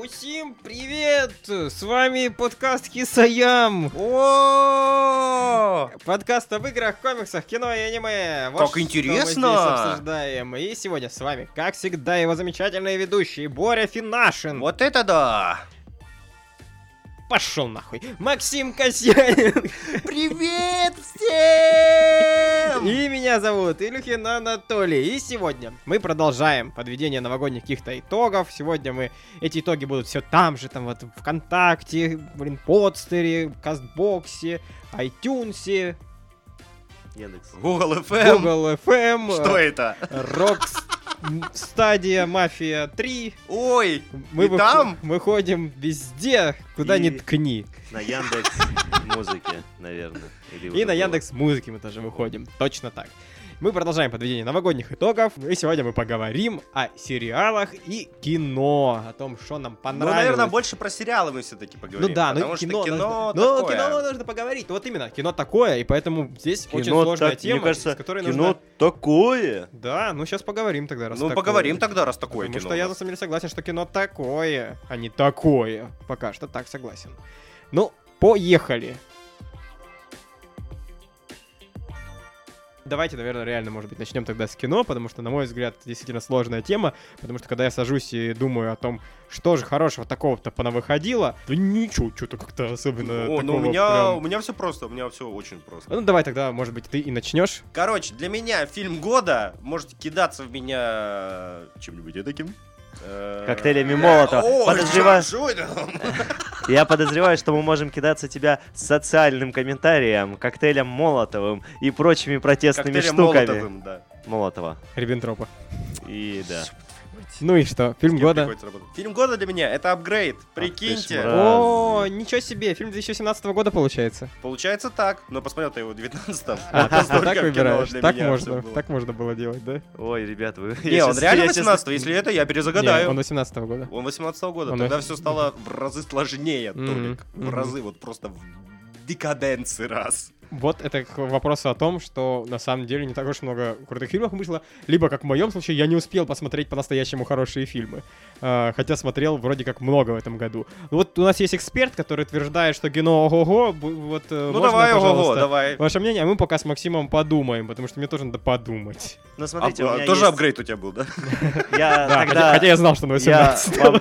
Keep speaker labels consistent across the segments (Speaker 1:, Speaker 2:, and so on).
Speaker 1: Усім привет! С вами подкаст Кисаям. О! Подкаст об играх, комиксах, кино и аниме.
Speaker 2: Как
Speaker 1: что мы
Speaker 2: интересно!
Speaker 1: здесь обсуждаем. И сегодня с вами, как всегда, его замечательные ведущие Боря Финашин.
Speaker 2: Вот это да!
Speaker 1: пошел нахуй. Максим Касьянин.
Speaker 2: Привет всем!
Speaker 1: И меня зовут Илюхин Анатолий. И сегодня мы продолжаем подведение новогодних каких-то итогов. Сегодня мы... Эти итоги будут все там же, там вот ВКонтакте, блин, подстере, Кастбоксе, iTunes,
Speaker 2: Google FM.
Speaker 1: Google FM,
Speaker 2: Что
Speaker 1: э,
Speaker 2: это?
Speaker 1: Rock Стадия Мафия 3.
Speaker 2: Ой,
Speaker 1: Мы
Speaker 2: И
Speaker 1: выход-
Speaker 2: там?
Speaker 1: мы ходим везде, куда
Speaker 3: И-
Speaker 1: ни ткни.
Speaker 3: На Яндекс музыке, наверное. Или
Speaker 1: И
Speaker 3: уже
Speaker 1: на
Speaker 3: было.
Speaker 1: Яндекс Музыке мы тоже выходим. Точно так. Мы продолжаем подведение новогодних итогов. И сегодня мы поговорим о сериалах и кино. О том, что нам
Speaker 2: ну,
Speaker 1: понравилось.
Speaker 2: наверное, больше про сериалы мы все-таки поговорим.
Speaker 1: Ну да, ну
Speaker 2: потому
Speaker 1: и кино,
Speaker 2: что кино
Speaker 1: нужно, ну,
Speaker 2: такое.
Speaker 1: кино нужно поговорить. Вот именно, кино такое, и поэтому здесь очень
Speaker 3: Кино
Speaker 1: сложная
Speaker 3: так-
Speaker 1: тема,
Speaker 3: мне кажется,
Speaker 1: с которой
Speaker 3: кино
Speaker 1: нужно...
Speaker 3: такое.
Speaker 1: Да, ну сейчас поговорим тогда, раз
Speaker 2: Ну,
Speaker 1: такое.
Speaker 2: поговорим тогда, раз
Speaker 1: А
Speaker 2: такое
Speaker 1: Потому
Speaker 2: кино.
Speaker 1: что я
Speaker 2: у
Speaker 1: на
Speaker 2: нас.
Speaker 1: самом деле согласен, что кино такое, а не такое. Пока что так согласен. Ну, поехали. Давайте, наверное, реально, может быть, начнем тогда с кино, потому что, на мой взгляд, действительно сложная тема, потому что, когда я сажусь и думаю о том, что же хорошего такого-то понавыходило, то ничего, что-то как-то особенно
Speaker 2: О, ну у
Speaker 1: такого
Speaker 2: меня,
Speaker 1: прям-
Speaker 2: у меня все просто, у меня все очень просто.
Speaker 1: Ну, давай тогда, может быть, ты и начнешь.
Speaker 2: Короче, для меня фильм года можете кидаться в меня э, чем-нибудь Э, таким.
Speaker 3: Коктейлями Молотова. Подозрева- Я подозреваю, что мы можем кидаться тебя социальным комментарием, коктейлем Молотовым и прочими протестными
Speaker 2: Коктейлем
Speaker 3: штуками.
Speaker 2: Молотовым, да.
Speaker 3: Молотова.
Speaker 1: Риббентропа.
Speaker 3: И да.
Speaker 1: Ну и что? Фильм
Speaker 2: С кем
Speaker 1: года.
Speaker 2: приходится работать? Фильм года для меня это апгрейд.
Speaker 3: ж
Speaker 2: Прикиньте.
Speaker 3: мразь.
Speaker 1: О, ничего себе, фильм 2017 года получается.
Speaker 2: Получается так. Но посмотрел-то его в 19-м.
Speaker 1: А, ты
Speaker 2: Настолько
Speaker 1: так
Speaker 2: кино
Speaker 1: выбираешь,
Speaker 2: для
Speaker 1: так
Speaker 2: меня
Speaker 1: можно,
Speaker 2: всё было.
Speaker 1: так можно было делать, да?
Speaker 3: Ой, ребят, вы...
Speaker 2: Не,
Speaker 3: я
Speaker 2: он
Speaker 3: щас-
Speaker 2: реально
Speaker 3: я щас-
Speaker 2: 18 Если это, я
Speaker 1: Не,
Speaker 2: перезагадаю.
Speaker 1: он 18 года.
Speaker 2: Он 18 года.
Speaker 1: Он
Speaker 2: Тогда
Speaker 1: вось-
Speaker 2: все стало в разы сложнее,
Speaker 1: Мгм,
Speaker 2: Толик. В
Speaker 1: мгм.
Speaker 2: разы, вот просто в декаденции раз.
Speaker 1: Вот это к вопросу о том, что на самом деле не так уж много крутых фильмов вышло. Либо, как в моем случае, я не успел посмотреть по-настоящему хорошие фильмы. А, хотя смотрел вроде как много в этом году. Вот у нас есть эксперт, который утверждает, что кино ого-го. бу- Вот, э,
Speaker 2: Ну
Speaker 1: можно,
Speaker 2: давай, ого,
Speaker 1: пожалуйста,
Speaker 2: давай.
Speaker 1: Ваше мнение, а мы пока с Максимом подумаем, потому что мне тоже надо подумать.
Speaker 3: Ну,
Speaker 2: А,
Speaker 3: смотрите, у
Speaker 2: а,
Speaker 3: меня
Speaker 2: Тоже
Speaker 3: есть-
Speaker 2: апгрейд у тебя был, да?
Speaker 3: Я
Speaker 1: Да,
Speaker 3: тогда-
Speaker 1: хотя, хотя я знал, что на 18.
Speaker 3: Я вам-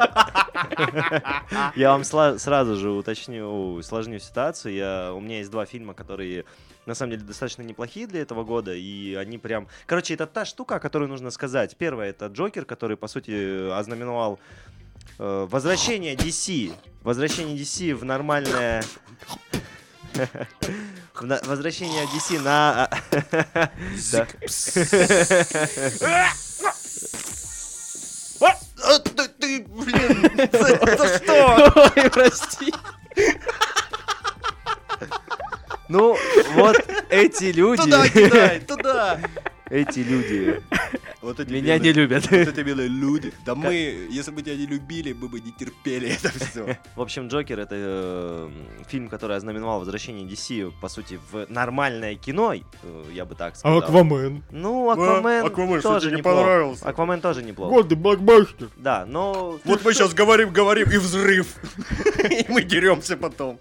Speaker 3: Я вам сла- сразу же уточню, усложню ситуацию. Я... У меня есть два фильма, которые на самом деле достаточно неплохие для этого года, и они прям... Короче, это та штука, о которой нужно сказать. Первое — это Джокер, который, по сути, ознаменовал э, возвращение DC. Возвращение DC в нормальное... В на- Возвращение DC на... Да.
Speaker 2: А, да Ты, блин, это что?
Speaker 1: Ой, прости.
Speaker 3: Ну, вот
Speaker 2: Туда
Speaker 3: эти люди...
Speaker 2: Ну кидай, туда.
Speaker 3: Эти люди
Speaker 2: Вот эти
Speaker 3: меня не
Speaker 2: бедные-
Speaker 3: любят.
Speaker 2: Вот эти милые люди. Да мы, если бы тебя не любили, мы бы не терпели это все.
Speaker 3: В общем, Джокер это э, фильм, который ознаменовал возвращение DC, по сути, в нормальное кино, э, я бы так
Speaker 1: А
Speaker 3: сказал.
Speaker 1: Аквамен?
Speaker 3: Ну, Аквамен, тоже неплохо.
Speaker 2: понравился.
Speaker 3: Аквамен тоже неплохо.
Speaker 1: Годы Блокбастер.
Speaker 3: Да, но,
Speaker 2: Вот мы сейчас говорим, говорим, и взрыв. И мы деремся потом.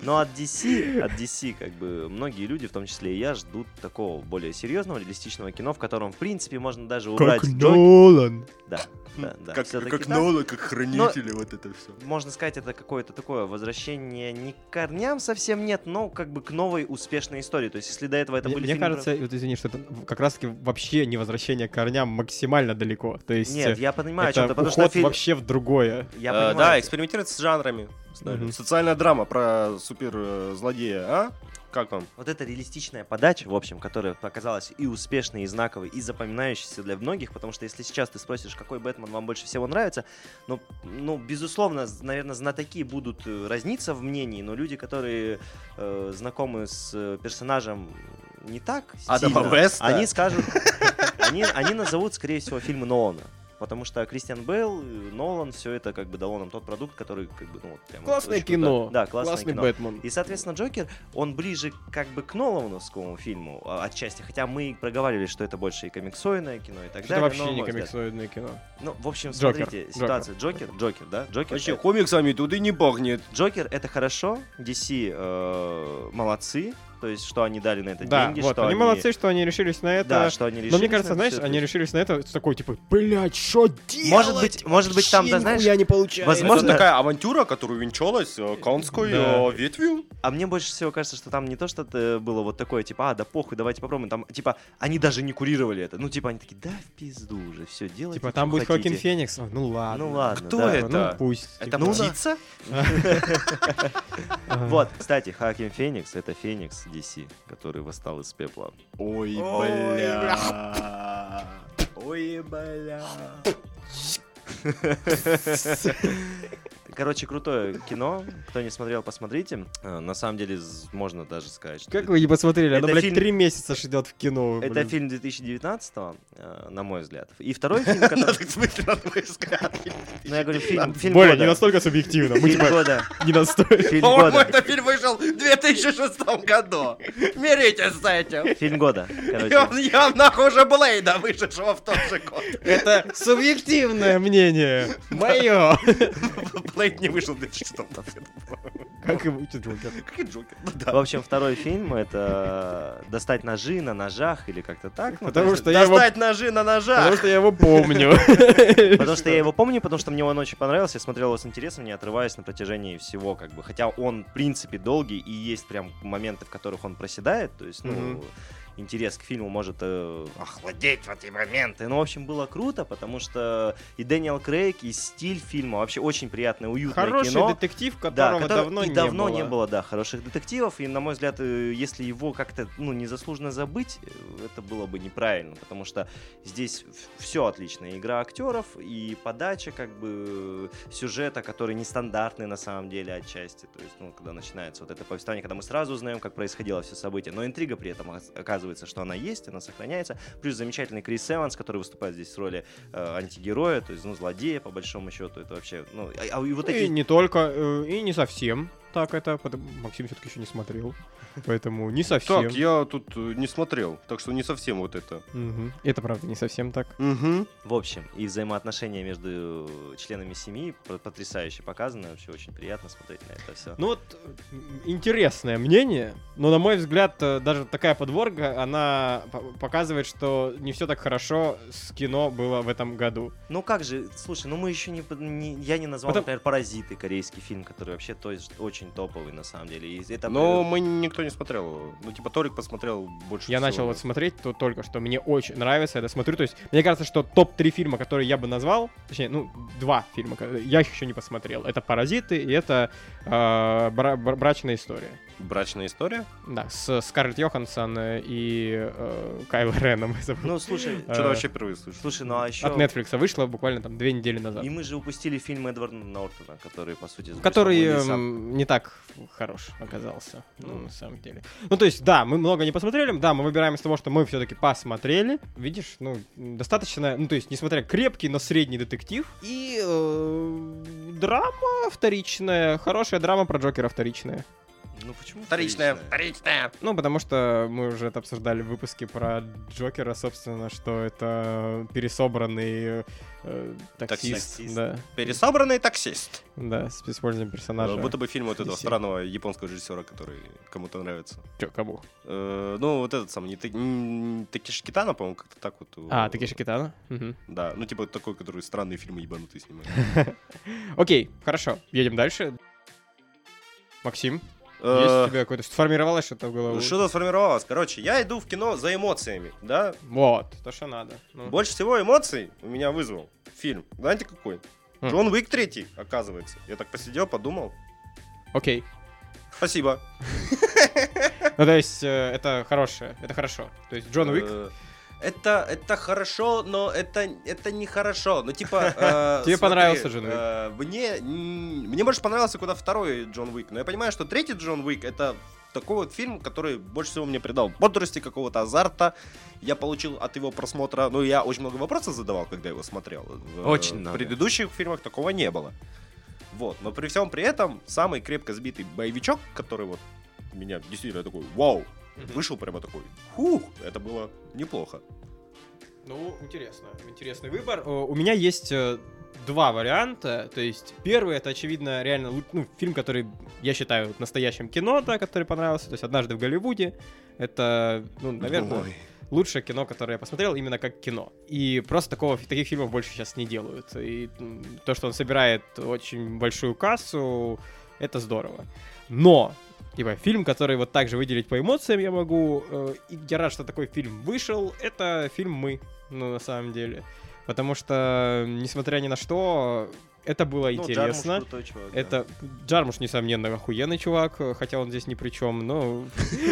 Speaker 3: но от DC, от DC, как бы, многие люди, в том числе и я, ждут такого более серьезного, реалистичного кино, в котором, в принципе, можно даже убрать
Speaker 1: Как
Speaker 3: Джокер.
Speaker 1: Нолан.
Speaker 3: Да,
Speaker 1: Хм,
Speaker 3: да, да.
Speaker 2: Как
Speaker 3: всё-таки
Speaker 2: как
Speaker 3: да.
Speaker 2: Нолан, как хранители, вот это все.
Speaker 3: Можно сказать, это какое-то такое возвращение не к корням совсем нет, но как бы к новой успешной истории. То есть, если до этого это
Speaker 1: мне,
Speaker 3: были
Speaker 1: мне
Speaker 3: фильмы про-
Speaker 1: кажется, вот извини, что это в- как раз-таки вообще не возвращение к корням максимально далеко. То есть
Speaker 3: Нет,
Speaker 1: э,
Speaker 3: я понимаю, о
Speaker 1: это
Speaker 3: чем ты, потому что
Speaker 1: уход
Speaker 3: фильм...
Speaker 1: вообще в другое.
Speaker 3: Я
Speaker 2: Э,
Speaker 3: понимаю.
Speaker 2: Да, экспериментировать с жанрами. с нами.
Speaker 1: Мгм.
Speaker 2: Социальная драма про супер э, злодея, а? Как вам?
Speaker 3: Вот эта реалистичная подача, в общем, которая оказалась и успешной, и знаковой, и запоминающейся для многих, потому что если сейчас ты спросишь, какой Бэтмен вам больше всего нравится, ну, ну безусловно, з- наверное, знатоки будут э, разниться в мнении, но люди, которые э, знакомы с э, персонажем не так сильно,
Speaker 2: Адама Веста?
Speaker 3: они скажут... Они, они назовут, скорее всего, фильмы Нолана. Потому что Кристиан Бейл, э, Нолан, все это как бы дало нам тот продукт, который как бы, ну, вот прям...
Speaker 1: Классное
Speaker 3: очень круто.
Speaker 1: кино.
Speaker 3: Да, классное
Speaker 1: Классный
Speaker 3: кино.
Speaker 1: Бэтмен.
Speaker 3: И, соответственно, Джокер, он ближе как бы к Нолановскому фильму а, отчасти, хотя мы проговаривали, что это больше и комиксоидное кино и так
Speaker 1: Что-то
Speaker 3: далее.
Speaker 1: вообще не
Speaker 3: но, на мой взгляд-
Speaker 1: комиксоидное кино.
Speaker 3: Ну, в общем,
Speaker 1: Джокер,
Speaker 3: смотрите,
Speaker 1: Джокер.
Speaker 3: ситуация. Джокер, Джокер, да? Джокер.
Speaker 2: Вообще,
Speaker 3: это-
Speaker 2: комиксами тут и не пахнет.
Speaker 3: Джокер это хорошо, DC э, молодцы, то есть что они дали на это
Speaker 1: Да,
Speaker 3: деньги,
Speaker 1: вот,
Speaker 3: что
Speaker 1: они молодцы, что они решились на это.
Speaker 3: да, что они
Speaker 1: Но
Speaker 3: решились
Speaker 1: мне
Speaker 3: на
Speaker 1: кажется,
Speaker 3: это
Speaker 1: знаешь,
Speaker 3: всё.
Speaker 1: они решились на это с такой, типа, блядь, что делать?
Speaker 3: Может быть, может быть, там, да, знаешь,
Speaker 1: я не получаю.
Speaker 3: возможно-
Speaker 2: Это такая авантюра, которая венчалась э, канской
Speaker 1: Да.
Speaker 2: э, ветвью.
Speaker 3: а мне больше всего кажется, что там не то, что это было вот такое, типа, а, да похуй, давайте попробуем, там, типа, они даже не курировали это, ну, типа, они такие, да, в пизду уже, все, делайте,
Speaker 1: Типа, там
Speaker 3: чё
Speaker 1: будет Хокин
Speaker 3: хотите».
Speaker 1: Феникс. Ой, Ну ладно.
Speaker 3: Ну ладно,
Speaker 2: Кто
Speaker 3: да.
Speaker 2: это?
Speaker 1: Ну пусть.
Speaker 2: Это
Speaker 1: типа.
Speaker 3: Ну да.
Speaker 2: птица?
Speaker 1: Ага.
Speaker 3: Вот, кстати, Хакин Феникс это Феникс DC, который восстал из пепла.
Speaker 2: Ой, бля. Ой, бля.
Speaker 3: Короче, крутое кино. Кто не смотрел, посмотрите. Э, На самом деле, з- можно даже сказать, что
Speaker 1: Как вы не посмотрели? Она,
Speaker 3: Это
Speaker 1: блядь,
Speaker 3: фильм-
Speaker 1: три месяца ждет в кино.
Speaker 3: это
Speaker 1: блин.
Speaker 3: фильм 2019 э, на мой взгляд. И второй фильм, который...
Speaker 2: Надо, в смысле, на твой взгляд.
Speaker 3: Ну, я говорю, фильм, фильм
Speaker 1: Боря,
Speaker 3: года.
Speaker 1: не настолько субъективно. Мы,
Speaker 3: Фильм
Speaker 1: типа,
Speaker 3: года.
Speaker 1: не настолько...
Speaker 3: Фильм
Speaker 2: По-моему,
Speaker 3: года.
Speaker 2: этот фильм вышел в 2006 году. Миритесь с этим.
Speaker 3: Фильм года,
Speaker 2: И
Speaker 3: короче.
Speaker 2: он явно хуже Блейда, вышедшего в тот же год.
Speaker 1: Это субъективное мнение. Мое.
Speaker 2: Блейд не вышел в 2006 году.
Speaker 1: Как его учат Джокер?
Speaker 2: Как и Джокер. Ну
Speaker 3: В
Speaker 2: да.
Speaker 3: общем, второй фильм это э, достать ножи на ножах или как-то так. ну, то
Speaker 1: Потому
Speaker 3: есть-
Speaker 1: что я его...
Speaker 2: Достать ножи на ножах.
Speaker 1: Потому что я его помню.
Speaker 3: Потому что я его помню, потому что мне он очень понравился. Я смотрел его с интересом, не отрываясь на протяжении всего, как бы. Хотя он, в принципе, долгий, и есть прям моменты, в которых он проседает. То есть, ну,
Speaker 1: Мгм.
Speaker 3: интерес к фильму может э, охладеть в эти моменты. Ну, в общем, было круто, потому что и Дэниел Крейг, и стиль фильма вообще очень приятное, уютное
Speaker 1: Хороший
Speaker 3: кино.
Speaker 1: детектив,
Speaker 3: Да,
Speaker 1: которого
Speaker 3: которого
Speaker 1: давно
Speaker 3: и
Speaker 1: не
Speaker 3: давно
Speaker 1: было.
Speaker 3: не было, да, хороших детективов. И, на мой взгляд, э, если его как-то, ну, незаслуженно забыть, э, это было бы неправильно, потому что здесь все отлично. И Игра актеров и подача, как бы, э, сюжета, который нестандартный на самом деле отчасти. То есть, ну, когда начинается вот это повествование, когда мы сразу узнаем, как происходило все событие. Но интрига при этом ос- оказывается, что она есть, она сохраняется. Плюс замечательный Крис Эванс, который выступает здесь в роли э, антигероя, то есть, ну, злодея, по большому счету. Это вообще, ну, а- а, и вот эти
Speaker 1: И не только, э, и не совсем так это, потому- Максим все-таки еще не смотрел, поэтому не совсем.
Speaker 2: Так, я тут э, не смотрел, так что не совсем вот это.
Speaker 1: Мгм. Это правда не совсем так.
Speaker 2: Угу.
Speaker 3: В общем, и взаимоотношения между э, членами семьи пр- потрясающе показаны. Вообще очень приятно смотреть на это все.
Speaker 1: Ну вот, м, интересное мнение, но, на мой взгляд, э, даже такая подворка, она по- показывает, что не все так хорошо с кино было в этом году.
Speaker 3: Ну как же, слушай, ну мы еще не, под- не- я не назвал,
Speaker 1: Потом-
Speaker 3: например, Паразиты, корейский фильм, который вообще то есть очень топовый на самом деле. И это
Speaker 2: Но Ну, мы никто не смотрел. его. Ну, типа, Торик посмотрел больше
Speaker 1: Я
Speaker 2: всего.
Speaker 1: начал вот смотреть, то только что мне очень нравится, я это смотрю. То есть, мне кажется, что топ-3 фильма, которые я бы назвал, точнее, ну, два фильма, которые я их еще не посмотрел. Это «Паразиты» и это э, бра- бра- «Брачная история».
Speaker 2: Брачная история?
Speaker 1: Да, с Скарлетт Йоханссон и э, Кайл Реном. я забыл.
Speaker 3: Ну слушай,
Speaker 1: Э,
Speaker 2: Что-то вообще впервые слышу.
Speaker 3: слушай, ну а еще...
Speaker 1: От Netflix вышло буквально там две недели назад.
Speaker 3: И мы же упустили фильм Эдварда Нортона, который, по сути, запустил
Speaker 1: Который
Speaker 3: Луи Сам-
Speaker 1: эм, не так хорош оказался, ну, на самом деле. Ну, то есть, да, мы много не посмотрели, да, мы выбираем из того, что мы все-таки посмотрели, видишь, ну, достаточно, ну, то есть, несмотря крепкий, но средний детектив, и э, драма вторичная, хорошая драма про Джокера вторичная.
Speaker 3: Ну почему
Speaker 2: Вторичная. Вторичная.
Speaker 1: Ну, потому что мы уже это обсуждали в выпуске про Джокера, собственно, что это пересобранный э, таксист,
Speaker 3: Таксист.
Speaker 1: да,
Speaker 2: Пересобранный таксист.
Speaker 1: да, с использованием персонажа.
Speaker 2: Как Будто бы фильм вот этого
Speaker 1: Одиссея.
Speaker 2: странного японского режиссера, который кому-то нравится.
Speaker 1: Чё, кому?
Speaker 2: Э, Ну, вот этот самый, не Та- м, Такеши Китана, по-моему, как-то так вот. э,
Speaker 1: А, Такеши Китана? Мгм.
Speaker 2: Да, ну, типа такой, который странные фильмы ебанутые снимает. Ну,
Speaker 1: Окей, хорошо, едем дальше. Максим, есть у
Speaker 2: Э,
Speaker 1: тебя какое-то... Сформировалось что-то в голову?
Speaker 2: Что-то сформировалось. Короче, я иду в кино за эмоциями, да?
Speaker 1: Вот, то, что надо. Ну.
Speaker 2: Больше всего эмоций у меня вызвал фильм. Знаете какой?
Speaker 1: М.
Speaker 2: Джон Уик третий, оказывается. Я так посидел, подумал.
Speaker 1: Окей.
Speaker 2: Спасибо.
Speaker 1: Ну, то есть, э, это хорошее, это хорошо. То есть, Джон Уик...
Speaker 2: Э, Это, это хорошо, но это, это не хорошо. Ну, типа... э,
Speaker 1: Тебе
Speaker 2: смотри,
Speaker 1: понравился Джон Уик?
Speaker 2: э, Мне, м, мне больше понравился куда второй Джон Уик. Но я понимаю, что третий Джон Уик это такой вот фильм, который больше всего мне придал бодрости, какого-то азарта. Я получил от его просмотра, ну, я очень много вопросов задавал, когда его смотрел. В, э,
Speaker 3: Очень
Speaker 2: В
Speaker 3: много.
Speaker 2: предыдущих фильмах такого не было. Вот, но при всем при этом самый крепко сбитый боевичок, который вот меня действительно такой, вау,
Speaker 1: Мгм.
Speaker 2: вышел прямо такой, хух, это было неплохо.
Speaker 1: Ну, интересно. Интересный выбор. Э, У меня есть э, два варианта. То есть, первый это, очевидно, реально лу- ну, фильм, который я считаю настоящим кино, да, который понравился. То есть, однажды в Голливуде. Это, ну, наверное,
Speaker 2: Ой.
Speaker 1: лучшее кино, которое я посмотрел, именно как кино. И просто такого, таких фильмов больше сейчас не делают. И м, то, что он собирает очень большую кассу, это здорово. Но, типа, фильм, который вот так же выделить по эмоциям я могу, э, и я рад, что такой фильм вышел, это фильм «Мы», ну, на самом деле. Потому что, несмотря ни на что, это было
Speaker 3: Ну, Джармуш
Speaker 1: интересно.
Speaker 3: крутой чувак, да.
Speaker 1: Это Джармуш, несомненно, охуенный чувак, э, хотя он здесь ни при чем, но...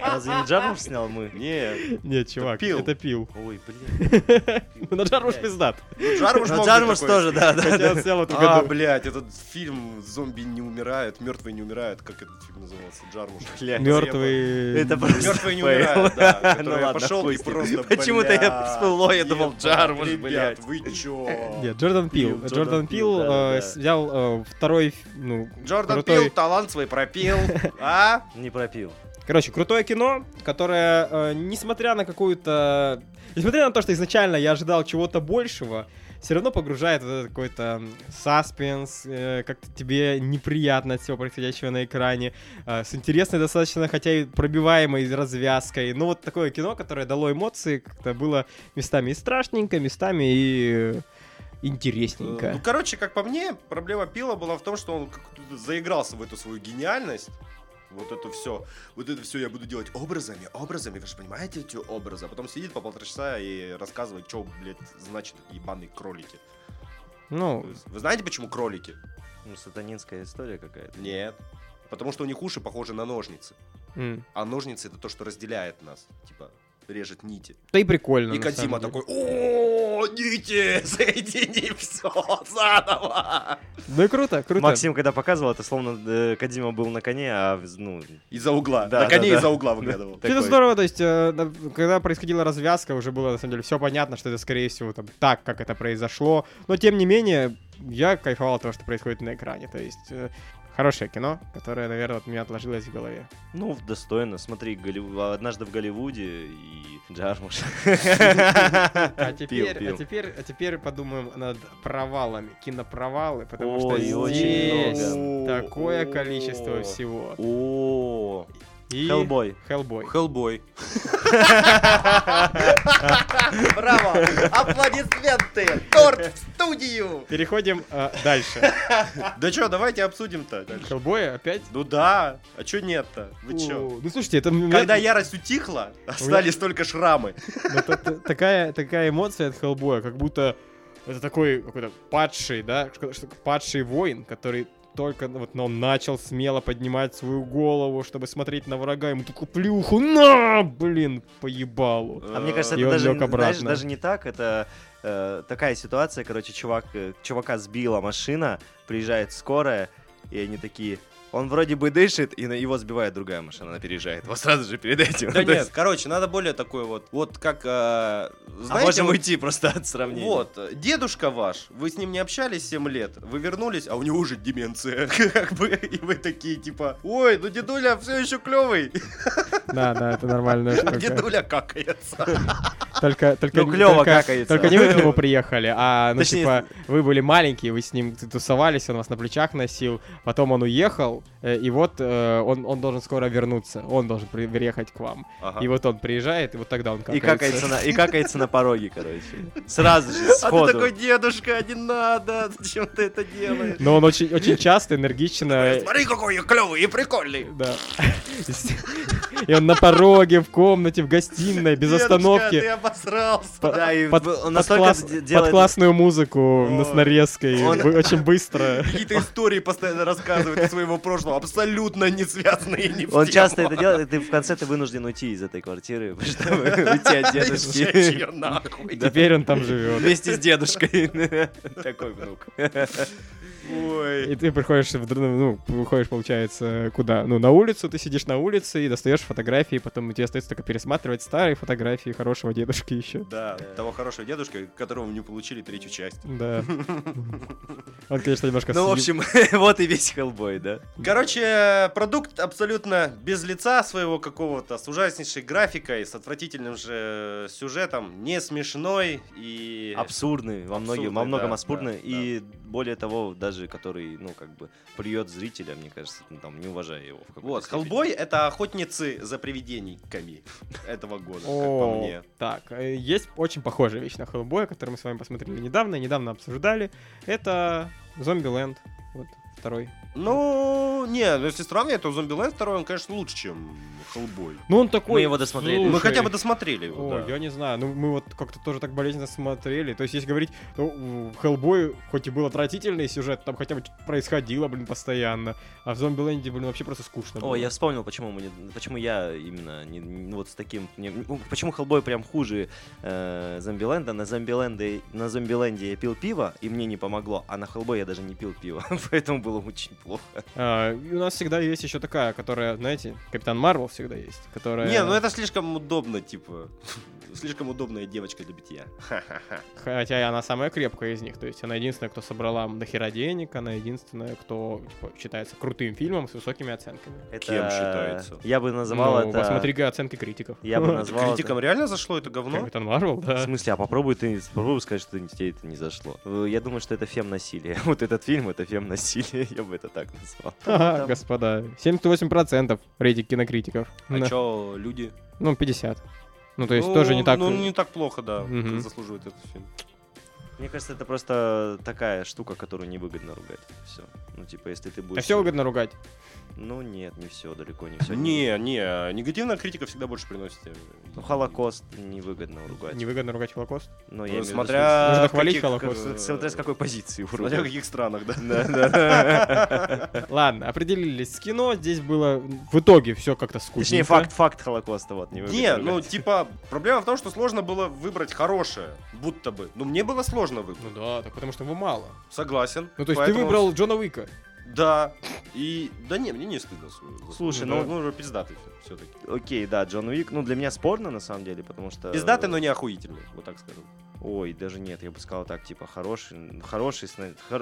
Speaker 3: Разве не Джармуш снял мы?
Speaker 2: Не,
Speaker 1: Нет, чувак,
Speaker 2: Пил.
Speaker 1: это пил.
Speaker 3: Ой, блин.
Speaker 1: Ну, Джармуш пиздат.
Speaker 2: ну, Джармуш,
Speaker 3: Ну,
Speaker 2: мог бы
Speaker 3: Джармуш
Speaker 2: такое
Speaker 3: тоже, да, да.
Speaker 1: Хотя
Speaker 3: да.
Speaker 1: он снял это в
Speaker 2: А,
Speaker 1: году.
Speaker 2: блядь, этот фильм «Зомби не умирают», «Мертвые не умирают», как этот фильм назывался, Джармуш.
Speaker 3: Блядь.
Speaker 1: Мертвый.
Speaker 3: Это просто
Speaker 2: «Мертвые не
Speaker 3: фейл.
Speaker 2: умирают», да,
Speaker 3: Ну
Speaker 2: который я
Speaker 3: ладно,
Speaker 2: пошел
Speaker 3: хуй
Speaker 2: и
Speaker 3: с ним.
Speaker 2: просто,
Speaker 3: Почему-то я
Speaker 2: блядь,
Speaker 3: всплыло, я думал,
Speaker 2: ебать,
Speaker 3: Джармуш,
Speaker 2: ребят,
Speaker 3: блядь.
Speaker 2: вы чё?
Speaker 1: Нет, Джордан Пил.
Speaker 3: Пил,
Speaker 1: Джордан
Speaker 3: Джордан
Speaker 1: Пил
Speaker 3: Пил, да,
Speaker 1: э,
Speaker 3: да.
Speaker 1: с- взял э, второй, ну,
Speaker 2: Джордан
Speaker 1: крутой-
Speaker 2: Пил талант свой пропил, а?
Speaker 3: Не пропил.
Speaker 1: Короче, крутое кино, которое, э, несмотря на какую-то... Несмотря на то, что изначально я ожидал чего-то большего, все равно погружает в этот какой-то м, саспенс, э, как-то тебе неприятно от всего происходящего на экране, э, с интересной достаточно, хотя и пробиваемой развязкой. Ну вот такое кино, которое дало эмоции, как-то было местами и страшненько, местами и э, интересненько.
Speaker 2: Ну, короче, как по мне, проблема Пила была в том, что он как-то заигрался в эту свою гениальность. Вот это все, вот это все я буду делать образами, образами, вы же понимаете эти образы. А потом сидит по полтора часа и рассказывает, что, блядь, значит ебаные кролики.
Speaker 1: Ну,
Speaker 2: То есть, Вы знаете, почему кролики?
Speaker 3: Ну, сатанинская история какая-то.
Speaker 2: Нет. Потому что у них уши похожи на ножницы.
Speaker 1: м.
Speaker 2: А ножницы это то, что разделяет нас. Типа, режет нити.
Speaker 1: да и прикольно.
Speaker 2: и
Speaker 1: на
Speaker 2: Кадзима
Speaker 1: самом деле.
Speaker 2: такой, о нити, соедини все заново.
Speaker 1: Ну и круто, круто.
Speaker 3: Максим, когда показывал, это словно э, Кадима был на коне, а вз- ну,
Speaker 2: Из-за угла.
Speaker 3: Да,
Speaker 2: На коне
Speaker 3: да, да.
Speaker 2: из-за угла выглядывал.
Speaker 3: Такой.
Speaker 1: Это здорово, то есть, э, да, когда происходила развязка, уже было, на самом деле, все понятно, что это, скорее всего, там, так, как это произошло. Но, тем не менее, я кайфовал от того, что происходит на экране. То есть, э, хорошее кино, которое, наверное, от меня отложилось в голове.
Speaker 3: ну, достойно. Смотри, Голливу- однажды в Голливуде и Джармуш.
Speaker 1: А теперь,
Speaker 3: Пил, пил.
Speaker 1: а теперь, а теперь подумаем над провалами, кинопровалы, потому
Speaker 3: Ой,
Speaker 1: что
Speaker 3: очень
Speaker 1: здесь
Speaker 2: много.
Speaker 1: такое
Speaker 2: О.
Speaker 1: количество всего.
Speaker 3: О,
Speaker 1: И...
Speaker 3: Хеллбой.
Speaker 1: Хеллбой.
Speaker 2: Хеллбой. Браво! Аплодисменты! Торт в студию!
Speaker 1: Переходим э, дальше.
Speaker 2: Да чё, давайте обсудим-то дальше.
Speaker 1: Хеллбоя опять?
Speaker 2: Ну да, а чё нет-то? Вы чё?
Speaker 1: О, Ну, слушайте, это...
Speaker 2: Когда ярость утихла, остались только шрамы.
Speaker 1: Ну, та- та- такая, такая эмоция от Хеллбоя, как будто это такой какой-то падший, да, что- что- падший воин, который только, ну, вот, но он начал смело поднимать свою голову, чтобы смотреть на врага, ему такую плюху, на, блин, поебалу.
Speaker 3: А мне кажется,
Speaker 1: И
Speaker 3: это
Speaker 1: он
Speaker 3: даже,
Speaker 1: лёг
Speaker 3: не- знаешь,
Speaker 1: обратно.
Speaker 3: даже не так, это э, такая ситуация, короче, чувак, э, чувака сбила машина, приезжает скорая, и они такие, он вроде бы дышит, и на его сбивает другая машина, она переезжает его сразу же перед этим.
Speaker 2: Да
Speaker 3: То
Speaker 2: нет,
Speaker 3: есть,
Speaker 2: короче, надо более такой вот, вот как, э,
Speaker 3: а
Speaker 2: знаете,
Speaker 3: можем
Speaker 2: вот-
Speaker 3: уйти просто от сравнения.
Speaker 2: вот, э, дедушка ваш, вы с ним не общались 7 лет, вы вернулись, а у него уже деменция, как бы, и вы такие, типа, ой, ну дедуля все еще клевый,
Speaker 1: Да, да, это нормально.
Speaker 2: а дедуля какается.
Speaker 1: Только, только,
Speaker 3: Ну, клёво
Speaker 1: только-
Speaker 3: какается.
Speaker 1: Только не вы к нему приехали, а, ну,
Speaker 3: Точнее,
Speaker 1: типа, вы были маленькие, вы с ним т- тусовались, он вас на плечах носил, потом он уехал, э, и вот э, он, он должен скоро вернуться, он должен при- приехать к вам. И вот он приезжает, и вот тогда он
Speaker 3: А. И
Speaker 1: какается.
Speaker 3: какается, на, и какается на пороге, короче. Сразу же,
Speaker 2: А ты
Speaker 3: сходу.
Speaker 2: такой, дедушка, а не надо, зачем ты это делаешь?
Speaker 1: Но он очень, очень часто,
Speaker 3: э,
Speaker 1: энергично... э,
Speaker 2: Смотри, какой я клевый и прикольный.
Speaker 1: Да. И он на пороге, в комнате, в гостиной, без
Speaker 2: Дедушка,
Speaker 1: остановки.
Speaker 2: ты обосрался.
Speaker 3: Да, и
Speaker 1: Под-
Speaker 3: он
Speaker 1: под,
Speaker 3: настолько
Speaker 1: класс-
Speaker 3: д-
Speaker 1: под
Speaker 3: делает...
Speaker 1: классную музыку на- с
Speaker 2: Ой.
Speaker 1: нарезкой,
Speaker 2: Он-
Speaker 1: бы- очень быстро.
Speaker 2: Какие-то истории постоянно рассказывает из своего прошлого, абсолютно не связанные ни в
Speaker 3: Он
Speaker 2: тему.
Speaker 3: часто это делает, и ты в конце ты вынужден уйти из этой квартиры, чтобы уйти от
Speaker 2: И сжечь
Speaker 3: дедушки.
Speaker 2: её нахуй.
Speaker 1: Теперь он там живет.
Speaker 3: Вместе с дедушкой. Такой внук.
Speaker 2: Ой.
Speaker 1: И ты приходишь, в др- ну, выходишь, получается, куда? Ну, на улицу, ты сидишь на улице и достаешь фотографии, потом тебе остается только пересматривать старые фотографии хорошего дедушки еще.
Speaker 2: Да,
Speaker 3: э.
Speaker 2: того хорошего дедушка, которого не получили третью часть.
Speaker 1: Да. Он, конечно, немножко...
Speaker 3: Ну,
Speaker 1: съеб-
Speaker 3: в общем, вот и весь Хеллбой, да?
Speaker 2: Короче, продукт абсолютно без лица своего какого-то, с ужаснейшей графикой, с отвратительным же э, сюжетом, не смешной и...
Speaker 3: Абсурдный, во многом,
Speaker 2: Э, Абсурдный,
Speaker 3: во многом
Speaker 2: да,
Speaker 3: абсурдный.
Speaker 2: да,
Speaker 3: и более того, даже который, ну, как бы, плюет зрителя, мне кажется, ну, там, не уважая его. в какой-то
Speaker 2: Вот,
Speaker 3: степени.
Speaker 2: Хеллбой — это охотницы за привидениями этого года, как по
Speaker 1: О,
Speaker 2: мне.
Speaker 1: Так, э, есть очень похожая вещь на Хеллбоя, которую мы с вами посмотрели недавно, и недавно обсуждали. Это Зомбиленд, вот второй.
Speaker 2: Ну, не, ну если сравнивать, то Зомбиленд второй, он, конечно, лучше, чем Хеллбой.
Speaker 1: Ну он такой.
Speaker 3: Мы его досмотрели.
Speaker 2: Мы
Speaker 1: слушай,
Speaker 2: хотя бы досмотрели его,
Speaker 1: О,
Speaker 2: да.
Speaker 1: я не знаю, ну мы вот как-то тоже так болезненно смотрели. То есть, если говорить, ну, в Хеллбое, хоть и был отвратительный сюжет, там хотя бы что-то происходило, блин, постоянно. А в Зомбиленде, блин, вообще просто скучно было.
Speaker 3: О, я вспомнил, почему, мы не- почему я именно не, не- вот с таким... не- ну, почему Хеллбой прям хуже э, Зомбиленда. На, Зомбиленде, на Зомбиленде я пил пиво, и мне не помогло. А на Хеллбой я даже не пил пиво, поэтому было очень плохо.
Speaker 1: А, и у нас всегда есть еще такая, которая, знаете, Капитан Марвел всегда есть, которая...
Speaker 2: Не, ну это слишком удобно, типа. Слишком удобная девочка для битья.
Speaker 1: Хотя и она самая крепкая из них. То есть она единственная, кто собрала дохера денег, она единственная, кто типа, считается крутым фильмом с высокими оценками.
Speaker 3: Это-
Speaker 2: Кем считается?
Speaker 3: Э, Я бы назвал
Speaker 1: Ну,
Speaker 3: это...
Speaker 1: Посмотри-ка оценки критиков.
Speaker 3: Я бы назвал ну, это-
Speaker 2: Критикам реально зашло это говно?
Speaker 1: Капитан Марвел,
Speaker 3: В
Speaker 1: да.
Speaker 3: смысле, а попробуй ты попробуй сказать, что тебе это не зашло. Э, Я думаю, что это фем-насилие. Вот этот фильм — это фем-насилие, я бы это так назвал.
Speaker 1: Ха-ха,
Speaker 3: Там-
Speaker 1: господа. 78% рейтинг кинокритиков.
Speaker 2: А
Speaker 1: Да.
Speaker 2: чё, люди?
Speaker 1: Ну, 50. Ну, то есть тоже не так...
Speaker 2: Ну, не так плохо, да,
Speaker 1: Мгм.
Speaker 2: как заслуживает этот фильм.
Speaker 3: Мне кажется, это просто такая штука, которую невыгодно ругать. Все. Ну, типа, если ты будешь...
Speaker 1: А все выгодно ругать.
Speaker 3: Ну, нет, не все, далеко не все.
Speaker 2: Не, не, негативная критика всегда больше приносит. э, тебе.
Speaker 3: Ну, Холокост невыгодно ругать.
Speaker 1: Невыгодно ругать Холокост.
Speaker 3: Но
Speaker 2: Ну,
Speaker 3: я имею в виду,
Speaker 2: смотря...
Speaker 1: Нужно
Speaker 2: в
Speaker 1: хвалить
Speaker 2: каких,
Speaker 1: Холокост.
Speaker 2: э,
Speaker 3: что- Смотря с какой позиции его
Speaker 2: Смотря в
Speaker 3: ругать.
Speaker 2: каких странах, да.
Speaker 1: Ладно, определились с кино. Здесь было в итоге все как-то скучно.
Speaker 3: Точнее, факт, факт Холокоста, вот, невыгодно
Speaker 2: Не, ну,
Speaker 3: ругать.
Speaker 2: типа, проблема в том, что сложно было выбрать хорошее, будто бы. Ну, мне было сложно
Speaker 1: Ну
Speaker 2: выбрать.
Speaker 1: да, так потому что его мало.
Speaker 2: Согласен.
Speaker 1: Ну, то есть ты
Speaker 2: Поэтому-
Speaker 1: выбрал Джона Уика.
Speaker 2: Да. И... Да не, мне не стыдно. за- за-
Speaker 3: Слушай,
Speaker 2: ну,
Speaker 3: ну-
Speaker 2: ну, уже пиздатый все-таки.
Speaker 3: Окей, да, Джон Уик, ну, для меня спорно, на самом деле, потому что...
Speaker 2: Пиздатый, но не охуительный, вот так скажем.
Speaker 3: Ой, даже нет, я бы сказал так, типа, хороший, н- хороший,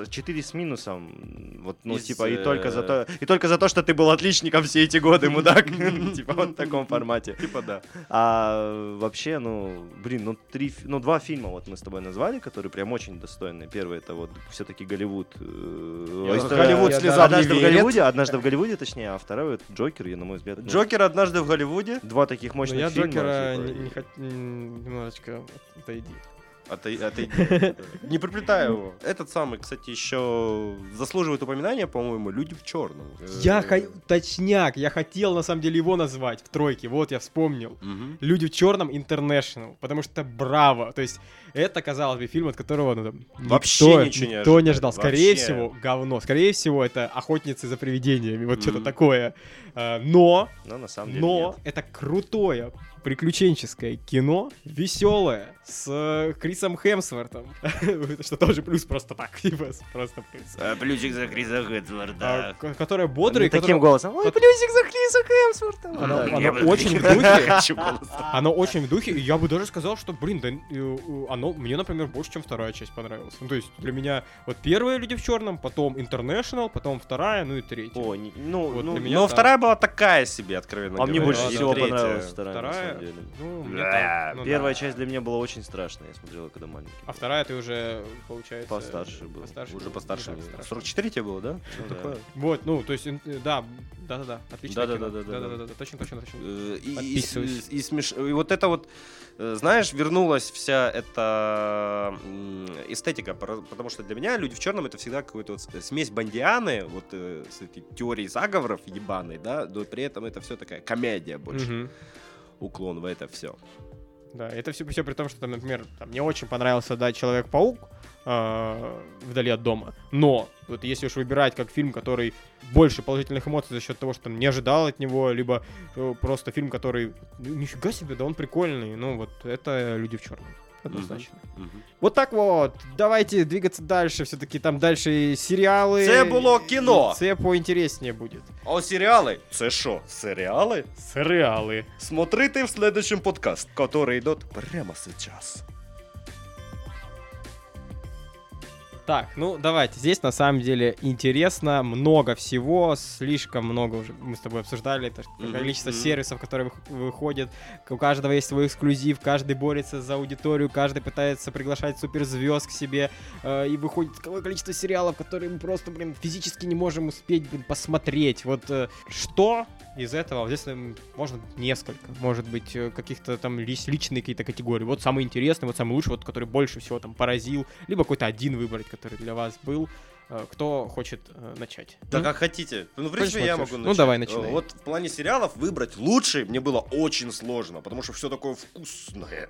Speaker 3: 4 с минусом, м, вот, ну,
Speaker 2: Из,
Speaker 3: типа, и
Speaker 2: э,
Speaker 3: только за то, и только за то, что ты был отличником все эти годы, мудак, типа, вот в таком формате.
Speaker 2: Типа да.
Speaker 3: А вообще, ну, блин, ну, три, фи- ну, два фильма вот мы с тобой назвали, которые прям очень достойные. Первый это вот все-таки Голливуд. э,
Speaker 2: Я-
Speaker 3: история-
Speaker 2: Голливуд
Speaker 1: я
Speaker 2: слезам
Speaker 1: даже-
Speaker 3: Однажды
Speaker 2: не
Speaker 3: в
Speaker 2: верит.
Speaker 3: Голливуде, однажды в Голливуде, точнее, а второй это Джокер, и, на мой взгляд. ну,
Speaker 2: Джокер однажды в Голливуде.
Speaker 3: Два таких
Speaker 1: Но
Speaker 3: мощных
Speaker 1: Ну, я
Speaker 3: фильма.
Speaker 1: Джокера
Speaker 3: типа,
Speaker 1: не,
Speaker 3: и-
Speaker 1: не хот- м, немножечко отойди.
Speaker 2: Отойди. Не приплетай его. Этот самый, кстати, еще заслуживает упоминания, по-моему, «Люди в черном».
Speaker 1: Я точняк, я хотел на самом деле его назвать в тройке, вот я вспомнил. Люди в черном International, потому что браво. То есть это, казалось бы, фильм, от которого ну, там,
Speaker 2: Вообще
Speaker 1: никто,
Speaker 2: ничего не
Speaker 1: никто не
Speaker 2: ожидает,
Speaker 1: ждал. Скорее
Speaker 2: вообще.
Speaker 1: всего, говно. Скорее всего, это охотницы за привидениями, вот что-то
Speaker 2: Мгм.
Speaker 1: такое. А, Но
Speaker 3: Но на самом деле.
Speaker 1: Но
Speaker 3: нет.
Speaker 1: это крутое приключенческое кино, веселое, с э, Крисом Хемсвортом. Что тоже плюс просто так, типа, с- просто плюс.
Speaker 2: Плюсик за Криса
Speaker 1: А,
Speaker 2: Хэтсворда.
Speaker 1: ко- Которое бодрое,
Speaker 3: Не таким
Speaker 1: которое-
Speaker 3: голосом. Ой,
Speaker 1: Кот-
Speaker 3: плюсик за Криса
Speaker 2: Ну,
Speaker 3: Хемсвортом.
Speaker 1: Оно-
Speaker 3: Да.
Speaker 1: оно очень в духе,
Speaker 2: Хочу голос.
Speaker 1: оно очень в духе, и я бы даже сказал, что, блин, да, э, э, оно мне, например, больше, чем вторая часть понравилась. Ну, то есть для меня вот первые «Люди в черном», потом «Интернешнл», потом вторая, ну и третья.
Speaker 3: О, не- ну,
Speaker 1: Вот
Speaker 3: ну,
Speaker 1: для меня
Speaker 2: Но
Speaker 1: так.
Speaker 2: вторая была такая себе, откровенно
Speaker 3: а мне
Speaker 2: говоря.
Speaker 3: больше
Speaker 1: да,
Speaker 3: всего
Speaker 2: Третья.
Speaker 3: понравилась вторая, на
Speaker 1: Вторая?
Speaker 3: самом деле.
Speaker 1: Ну, мне
Speaker 2: Бля,
Speaker 1: так, ну да.
Speaker 3: Первая часть для меня была очень страшная, я смотрел, ее, когда маленький.
Speaker 1: А вторая ты уже, получается...
Speaker 3: Постарше был.
Speaker 1: постарше
Speaker 2: Уже
Speaker 1: был,
Speaker 2: постарше.
Speaker 1: не
Speaker 2: мне.
Speaker 1: так страшно.
Speaker 2: 44 тебе было, да?
Speaker 3: Ну да.
Speaker 2: Такое.
Speaker 1: Вот, ну, то есть, ин- э, да, да, да, да, отлично.
Speaker 2: Да-да-да-да-да.
Speaker 1: точно, точно, точно.
Speaker 2: Э, И, и-
Speaker 1: Подписываюсь.
Speaker 2: и смеш- и вот это вот, э, знаешь, вернулась вся эта м, эстетика, пора- потому что для меня люди в черном это всегда какая-то вот с- смесь бандианы, вот э, с этой теорией заговоров ебаной, да, но при этом это все такая комедия больше,
Speaker 1: Мгм.
Speaker 2: уклон в это все.
Speaker 1: Да, это все, все при том, что, там, например, там, мне очень понравился, да, Человек-паук э, вдали от дома. Но, вот если уж выбирать как фильм, который больше положительных эмоций за счет того, что там не ожидал от него, либо э, просто фильм, который, «Ну, нифига себе, да он прикольный, ну вот, это «Люди в черном». Однозначно. Вот так вот. Давайте двигаться дальше. Все-таки там дальше и сериалы.
Speaker 2: Це було кино.
Speaker 1: И Це поинтереснее будет.
Speaker 2: А сериалы? Це що, сериалы?
Speaker 1: Сериалы.
Speaker 2: Смотрите в следующем подкаст, который идет прямо сейчас.
Speaker 1: Так, ну давайте. Здесь на самом деле интересно, много всего, слишком много уже. Мы с тобой обсуждали это что
Speaker 2: Мгм,
Speaker 1: количество
Speaker 2: мгм.
Speaker 1: сервисов, которые вых- выходят. У каждого есть свой эксклюзив, каждый борется за аудиторию, каждый пытается приглашать суперзвезд к себе. э, и выходит такое количество сериалов, которые мы просто, блин, физически не можем успеть, блин, посмотреть. Вот э, что из этого, здесь, м, может, несколько, может быть, э, каких-то там лис- личные какие-то категории. Вот самый интересный, вот самый лучший, вот который больше всего там поразил, либо какой-то один выбрать, который для вас был. Э, Кто хочет э, начать?
Speaker 2: Да
Speaker 1: М?
Speaker 2: как хотите. Ну, в
Speaker 1: Хочешь,
Speaker 2: принципе, я
Speaker 1: хочешь?
Speaker 2: могу
Speaker 1: Ну,
Speaker 2: начать.
Speaker 1: давай, начинай.
Speaker 2: Э, Вот в плане сериалов выбрать лучший мне было очень сложно, потому что все такое вкусное.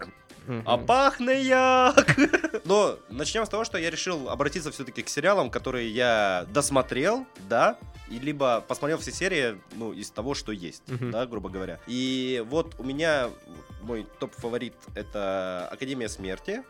Speaker 1: Мгм.
Speaker 2: А пахнет Но начнем с того, что я решил обратиться все-таки к сериалам, которые я досмотрел, да, и либо посмотрел все серии, ну, из того, что есть,
Speaker 1: Мгм.
Speaker 2: да, грубо говоря. И вот у меня мой топ-фаворит — это «Академия смерти»,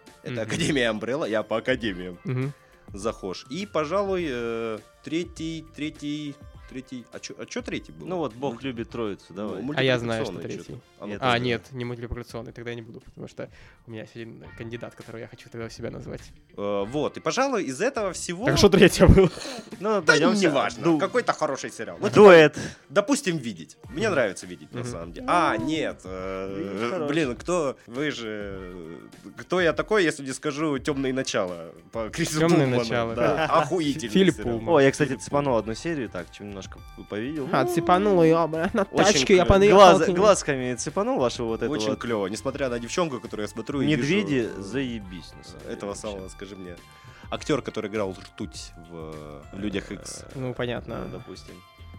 Speaker 1: Мгм.
Speaker 2: это «Академия Амбрелла», я по «Академиям»
Speaker 1: Мгм.
Speaker 2: захож. И, пожалуй, э, третий, третий, третий... А что третий был?
Speaker 3: Ну вот, бог любит троицу, давай.
Speaker 2: Ну,
Speaker 1: А я знаю, что
Speaker 2: мультипликационное
Speaker 1: третий.
Speaker 2: чё-то. ну ну-ка,
Speaker 1: А,
Speaker 2: скажи.
Speaker 1: нет, не мультипликационный, тогда я не буду, потому что у меня есть один кандидат, которого я хочу тогда себя назвать.
Speaker 2: Э, Вот, и, пожалуй, из этого всего...
Speaker 1: Так что третье было?
Speaker 3: Ну,
Speaker 2: Да
Speaker 3: пойдёмте.
Speaker 2: неважно,
Speaker 3: Ду-
Speaker 2: какой-то хороший сериал. Вот,
Speaker 3: Дуэт.
Speaker 2: допустим, видеть. Мне нравится видеть, на
Speaker 1: Мгм.
Speaker 2: самом деле. А, нет. э,
Speaker 3: Видеть хороший.
Speaker 2: Блин, кто... Вы же... э, Кто я такой, если не скажу «Темные начала» по Крису
Speaker 1: «Темные
Speaker 2: Пулману?
Speaker 1: начала».
Speaker 2: Да, охуительный
Speaker 1: Филипп
Speaker 2: сериал.
Speaker 1: Пулман.
Speaker 3: О, я, кстати, цепанул одну серию, так, чем немножко повидел. Ну,
Speaker 1: А, цепанул ее, на
Speaker 2: Очень
Speaker 1: тачке, я
Speaker 2: клёво.
Speaker 1: понаехал
Speaker 3: Глаз-
Speaker 1: к нему.
Speaker 3: глазками цепанул вашего вот этого.
Speaker 2: Очень
Speaker 3: вот.
Speaker 2: клево, несмотря на девчонку, которую я смотрю и
Speaker 3: Медведи
Speaker 2: вижу.
Speaker 3: заебись, на самом деле,
Speaker 2: Э, Этого
Speaker 3: вообще.
Speaker 2: самого, скажи мне. Актер, который играл ртуть в э, «Людях Икс».
Speaker 1: Ну,
Speaker 3: Ну,
Speaker 1: понятно.
Speaker 3: допустим.